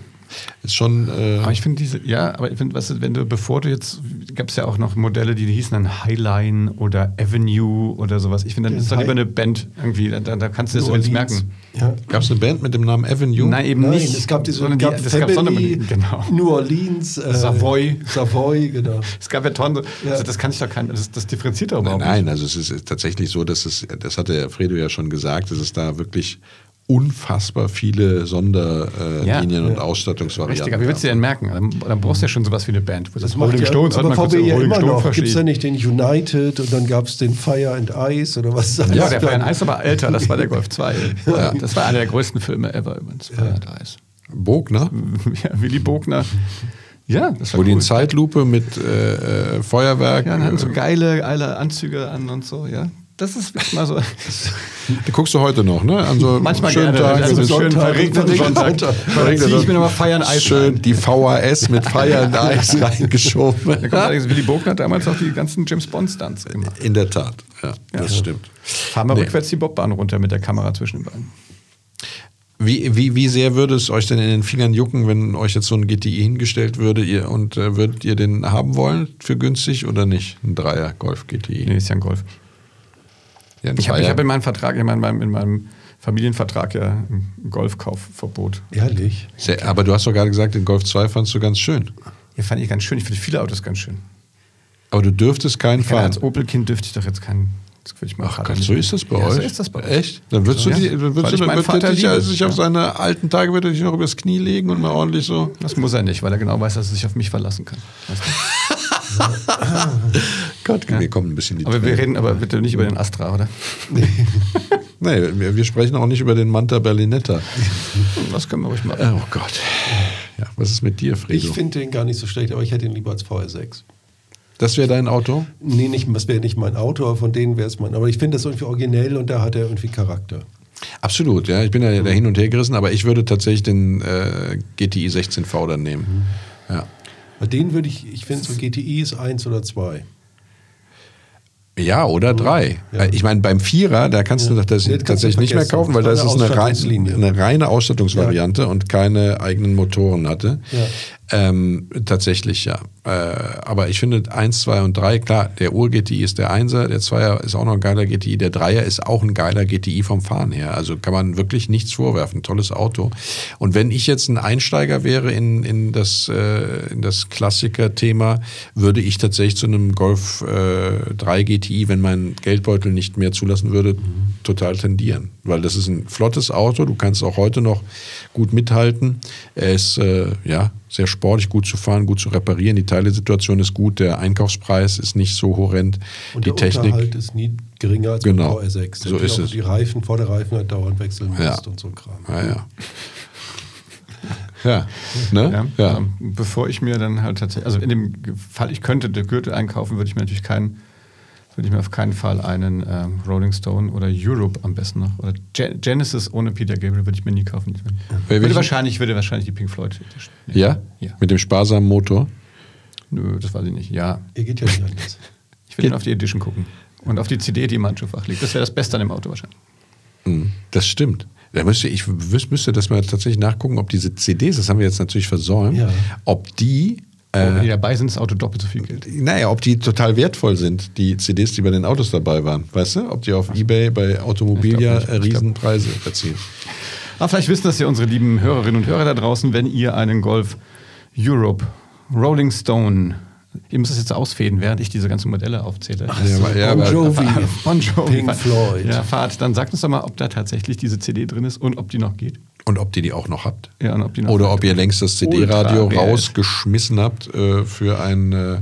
Speaker 2: Ist schon.
Speaker 4: Aber
Speaker 2: Äh,
Speaker 4: ich finde diese, ja, aber ich finde, weißt du, wenn du, bevor du jetzt, gab es ja auch noch Modelle, die hießen dann Highline oder Avenue oder sowas. Ich finde, dann
Speaker 3: Das
Speaker 4: ist doch
Speaker 3: High-
Speaker 4: lieber eine Band irgendwie, da, da, da kannst du das
Speaker 3: New
Speaker 4: wenigstens
Speaker 3: Orleans.
Speaker 4: merken.
Speaker 3: Ja.
Speaker 2: Gab es äh, eine Band mit dem Namen Avenue? Äh,
Speaker 4: Nein, eben
Speaker 3: Nein,
Speaker 4: nicht.
Speaker 3: es gab diese
Speaker 4: sondern
Speaker 3: gab
Speaker 4: die, das gab
Speaker 3: Family,
Speaker 4: Sondermodelle. Genau.
Speaker 3: New Orleans, äh,
Speaker 4: Savoy.
Speaker 3: Savoy, genau.
Speaker 4: Es gab ja Tonnen,
Speaker 3: Ja.
Speaker 4: also das kann ich doch kein, das, das differenziert doch
Speaker 2: Nein,
Speaker 4: überhaupt
Speaker 2: nein, also es ist tatsächlich so, dass es, das hatte ja Fredo ja schon gesagt, dass es da wirklich unfassbar viele Sonderlinien äh,
Speaker 4: Ja.
Speaker 2: Linien und
Speaker 3: Ja.
Speaker 4: nicht.
Speaker 2: Ausstattungsvarianten
Speaker 4: Richtig, aber wie willst du
Speaker 2: gab.
Speaker 4: denn merken? Dann, dann brauchst du ja schon sowas wie eine Band. Wo das
Speaker 3: ja-
Speaker 4: Stones, hat
Speaker 3: aber
Speaker 4: man kurz
Speaker 3: VW ja
Speaker 4: Rolling
Speaker 3: immer
Speaker 4: Stone
Speaker 3: noch. Gibt es da
Speaker 4: verstehen.
Speaker 3: nicht den United und dann gab es den Fire and Ice oder was?
Speaker 4: Ja, der Feiern Eis aber älter, das war der Golf 2.
Speaker 2: Ja.
Speaker 4: Das war einer der größten Filme ever übrigens, Feiern Eis.
Speaker 2: Bogner?
Speaker 4: ja, Willy Bogner. Ja, das
Speaker 2: Wo die in Zeitlupe mit äh, äh, Feuerwerk.
Speaker 4: Ja, also und hatten so
Speaker 2: äh,
Speaker 4: geile, geile Anzüge an und so, ja. Das ist wirklich mal so.
Speaker 2: die guckst du heute noch, ne? An so
Speaker 4: Manchmal
Speaker 2: schönen
Speaker 4: gerne,
Speaker 2: Tagen,
Speaker 4: also
Speaker 2: so
Speaker 4: so schön
Speaker 3: Sonntag,
Speaker 4: verregneten
Speaker 3: verregneten
Speaker 4: Sonntag.
Speaker 3: Sonntag.
Speaker 4: Dann ziehe ich mir nochmal Feiern Eis
Speaker 2: Schön
Speaker 4: rein.
Speaker 2: die VHS mit Feiern Eis
Speaker 4: Da
Speaker 2: reingeschoben.
Speaker 4: kommt allerdings, Willy Bogner hat damals auch die ganzen James Bond-Stunts gemacht.
Speaker 2: In der Tat, ja, das stimmt.
Speaker 4: Fahren wir
Speaker 2: Nee.
Speaker 4: rückwärts die Bobbahn runter mit der Kamera zwischen den Beinen.
Speaker 2: Wie, wie, wie sehr würde es euch denn in den Fingern jucken, wenn euch jetzt so ein GTI hingestellt würde ihr, und äh, würdet ihr den haben wollen für günstig oder nicht? Ein Dreier Golf GTI.
Speaker 4: Nee, ist ja ein Golf.
Speaker 2: Ja, ein
Speaker 4: Ich habe
Speaker 2: Zweier.
Speaker 4: ich hab in meinem Vertrag, in meinem, in meinem Familienvertrag ja ein Golfkaufverbot.
Speaker 3: Ehrlich?
Speaker 2: sehr, aber du hast doch gerade gesagt, den Golf 2 fandst du ganz schön.
Speaker 4: Ja, fand ich ganz schön. Ich finde viele Autos ganz schön.
Speaker 2: Aber du dürftest keinen
Speaker 4: Ja,
Speaker 2: fahren.
Speaker 4: als Opel-Kind dürfte ich doch jetzt keinen. Das würde ich mal
Speaker 2: Ach Gott, so ist das bei
Speaker 4: ja,
Speaker 2: euch?
Speaker 4: So ist das bei euch.
Speaker 2: Echt? Dann würdest
Speaker 4: Ja.
Speaker 2: du, die, dann
Speaker 4: Weil
Speaker 2: würdest
Speaker 4: ich
Speaker 2: du,
Speaker 4: meinen
Speaker 2: dann
Speaker 4: Vater
Speaker 2: würdest dich,
Speaker 4: liebe.
Speaker 2: also sich auf seine alten Tage würde dich noch übers Knie legen und mal ordentlich so.
Speaker 4: Das muss er nicht, weil er genau weiß, dass er sich auf mich verlassen kann. Weißt du?
Speaker 2: Gott, mir kommen ein bisschen die
Speaker 4: Aber wir
Speaker 2: Tränen.
Speaker 4: reden aber bitte nicht über den Astra, oder?
Speaker 2: Nee, wir, wir sprechen auch nicht über den Manta Berlinetta.
Speaker 4: Das können wir ruhig machen.
Speaker 2: oh Gott. Ja, was ist mit dir,
Speaker 3: Ich
Speaker 2: Fredo?
Speaker 3: finde den gar nicht so schlecht, aber ich hätte ihn lieber als VR6.
Speaker 2: Das wäre dein Auto?
Speaker 3: Nee, nicht, das wäre nicht mein Auto, aber von denen wäre es mein. Aber ich finde das irgendwie originell und da hat er irgendwie Charakter.
Speaker 2: Absolut, ja. Ich bin ja da hin und her gerissen, aber ich würde tatsächlich den äh, GTI 16V dann nehmen. Ja.
Speaker 3: Bei denen würde ich, ich finde so GTI ist eins oder zwei.
Speaker 2: Ja, oder drei.
Speaker 3: Mhm. Ja.
Speaker 2: Äh, Ich meine, beim Vierer, da kannst du
Speaker 3: Ja.
Speaker 2: das das
Speaker 3: Nee, das kannst du
Speaker 2: tatsächlich nicht mehr
Speaker 3: vergessen.
Speaker 2: kaufen, weil das
Speaker 3: Das
Speaker 2: ist
Speaker 3: war eine
Speaker 2: eine, rein,
Speaker 3: Ausstattungslinie.
Speaker 2: eine reine Ausstattungsvariante und keine eigenen Motoren hatte. Ähm, tatsächlich, ja. Äh, aber ich finde 1, 2 und 3, klar, der Ur-GTI ist der 1er, der 2er ist auch noch ein geiler GTI, der 3er ist auch ein geiler GTI vom Fahren her. Also kann man wirklich nichts vorwerfen. Tolles Auto. Und wenn ich jetzt ein Einsteiger wäre in, in das, äh, in das Klassiker-Thema, würde ich tatsächlich zu einem Golf äh, 3 GTI, wenn mein Geldbeutel nicht mehr zulassen würde, total tendieren. Weil das ist ein flottes Auto, du kannst auch heute noch gut mithalten. Er ist, äh, ja, sehr sportlich, gut zu fahren, gut zu reparieren. Die Teilesituation ist gut, der Einkaufspreis ist nicht so horrend.
Speaker 3: Und
Speaker 2: die
Speaker 3: der
Speaker 2: Technik.
Speaker 3: Unterhalt ist nie geringer als
Speaker 2: Genau,
Speaker 3: beim VR6.
Speaker 2: so
Speaker 3: du
Speaker 2: ist
Speaker 3: auch
Speaker 2: es.
Speaker 3: Die Reifen, Vorderreifen halt dauernd wechseln musst
Speaker 2: Ja.
Speaker 3: und so ein Kram.
Speaker 2: Ja, Ah, ja. Ja, ne?
Speaker 4: Ja.
Speaker 2: Ja.
Speaker 4: Also, bevor ich mir dann halt tatsächlich, also in dem Fall, ich könnte der Gürtel einkaufen, würde ich mir natürlich keinen, würde ich mir auf keinen Fall einen ähm, Rolling Stone oder Europe am besten noch oder Gen- Genesis ohne Peter Gabriel würde ich mir nie kaufen.
Speaker 2: Bei
Speaker 4: Würde
Speaker 2: welchen-
Speaker 4: wahrscheinlich, würde wahrscheinlich die Pink Floyd.
Speaker 2: Ja?
Speaker 4: Ja.
Speaker 2: Mit dem sparsamen Motor.
Speaker 4: Nö, das weiß ich nicht. Ja.
Speaker 3: Ihr geht ja nicht anders.
Speaker 4: Ich will dann auf die Edition gucken. Und auf die CD, die im Handschuhfach liegt. Das wäre das Beste an dem Auto wahrscheinlich.
Speaker 2: Das stimmt. Da müsste ich wüs- müsste das mal tatsächlich nachgucken, ob diese CDs, das haben wir jetzt natürlich versäumt,
Speaker 3: Ja.
Speaker 2: ob die,
Speaker 4: Aber Wenn
Speaker 2: äh,
Speaker 4: die dabei sind, ist das Auto doppelt so viel Geld.
Speaker 2: naja, ob die total wertvoll sind, die CDs, die bei den Autos dabei waren. Weißt du, ob die auf Ebay bei Automobilia
Speaker 4: Ich glaub nicht. Ich glaub-
Speaker 2: Riesenpreise erzielen.
Speaker 4: Aber vielleicht wissen das ja unsere lieben Hörerinnen und Hörer da draußen, wenn ihr einen Golf Europe Rolling Stone, ihr müsst das jetzt ausfäden, während ich diese ganzen Modelle aufzähle.
Speaker 2: Ja, aber- ja, aber-
Speaker 3: Jovi.
Speaker 4: Bon Jovi.
Speaker 3: Pink Floyd.
Speaker 4: Ja, Fahrt, dann sagt uns doch mal, ob da tatsächlich diese CD drin ist und ob die noch geht.
Speaker 2: Und ob die die auch noch habt.
Speaker 4: Ja, und ob die noch
Speaker 2: Oder
Speaker 4: geht.
Speaker 2: ob ihr längst das CD-Radio rausgeschmissen habt äh, für ein äh,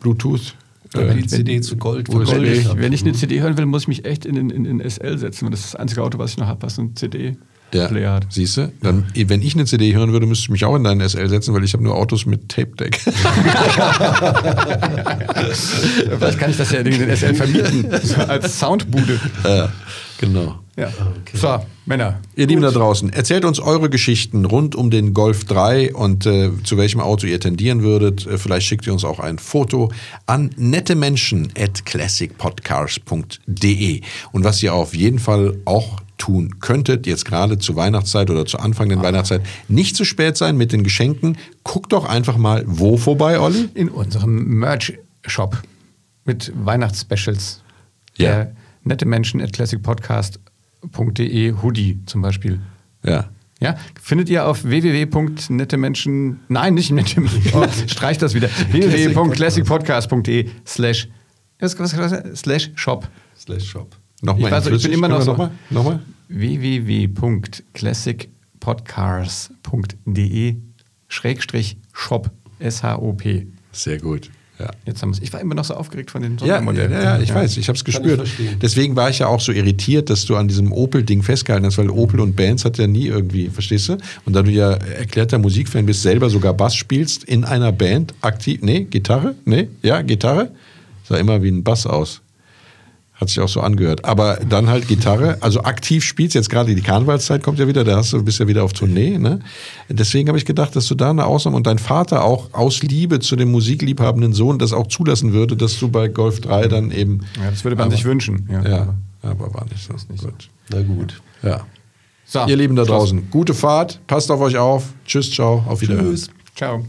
Speaker 2: Bluetooth.
Speaker 3: Wenn
Speaker 2: Äh,
Speaker 3: die CD zu Gold
Speaker 2: USB.
Speaker 4: Wenn
Speaker 3: vergoldet
Speaker 4: ich,
Speaker 3: habt.
Speaker 4: wenn ich eine CD hören will, muss ich mich echt in, in, in, in SL setzen. weil Das ist das einzige Auto, was ich noch habe, was einen
Speaker 2: ja,
Speaker 4: CD-Player hat.
Speaker 2: siehst du? Dann, wenn ich eine CD hören würde, müsste ich mich auch in deinen SL setzen, weil ich habe nur Autos mit Tape-Deck.
Speaker 4: Vielleicht kann ich das ja in den SL vermieten, so als Soundbude.
Speaker 2: genau.
Speaker 4: Ja. So, Männer.
Speaker 2: Ihr Lieben da draußen, erzählt uns eure Geschichten rund um den Golf 3 und äh, zu welchem Auto ihr tendieren würdet. Äh, Vielleicht schickt ihr uns auch ein Foto an nettemenschen.classicpodcast.de. Und was ihr auf jeden Fall auch tun könntet, jetzt gerade zur Weihnachtszeit oder zu Anfang
Speaker 4: Ah.
Speaker 2: der Weihnachtszeit, nicht zu spät sein mit den Geschenken. Guckt doch einfach mal, wo vorbei, Olli?
Speaker 4: in unserem Merch-Shop mit Weihnachtsspecials.
Speaker 2: Ja.
Speaker 4: Der nette Menschen at classicpodcast.de Hoodie zum Beispiel.
Speaker 2: Ja.
Speaker 4: Ja, findet ihr auf www.nettemenschen, nein, nicht nette Menschen, oh, streich das wieder, www.classicpodcast.de slash, was, was, was, slash shop.
Speaker 3: Slash Shop.
Speaker 2: Nochmal.
Speaker 4: Ich weiß, ich
Speaker 2: Flüssig-
Speaker 4: bin immer noch so-
Speaker 2: Nochmal? Nochmal?
Speaker 4: www.classicpodcast.de schrägstrich shop, S-H-O-P.
Speaker 2: Sehr gut. Ja.
Speaker 4: Jetzt haben wir's. Ich war immer noch so aufgeregt von den
Speaker 2: Ja, ja,
Speaker 4: Sondermodellen.
Speaker 2: ja, ich weiß, ich habe es gespürt.
Speaker 3: verstehen.
Speaker 2: Deswegen war ich ja auch so irritiert, dass du an diesem Opel-Ding festgehalten hast, weil Opel und Bands hat ja nie irgendwie, verstehst du? Und da du ja erklärter Musikfan bist, selber sogar Bass spielst in einer Band, aktiv, nee, Gitarre, nee, ja, Gitarre, sah immer wie ein Bass aus. Hat sich auch so angehört. Aber dann halt Gitarre, also aktiv spielst, jetzt gerade die Karnevalszeit kommt ja wieder, da hast du, bist ja wieder auf Tournee. Ne? Deswegen habe ich gedacht, dass du da eine Ausnahme und dein Vater auch aus Liebe zu dem musikliebhabenden Sohn das auch zulassen würde, dass du bei Golf 3 dann eben.
Speaker 4: Ja, das würde man
Speaker 2: Aber-
Speaker 4: sich wünschen. Ja.
Speaker 2: Ja, aber war nicht so. Gut.
Speaker 3: Na gut.
Speaker 2: Ja.
Speaker 4: So,
Speaker 2: Ihr Lieben da
Speaker 4: Schluss.
Speaker 2: draußen, gute Fahrt, passt auf euch auf. Tschüss, ciao, auf Wiederhören.
Speaker 3: Tschüss.
Speaker 4: Ciao.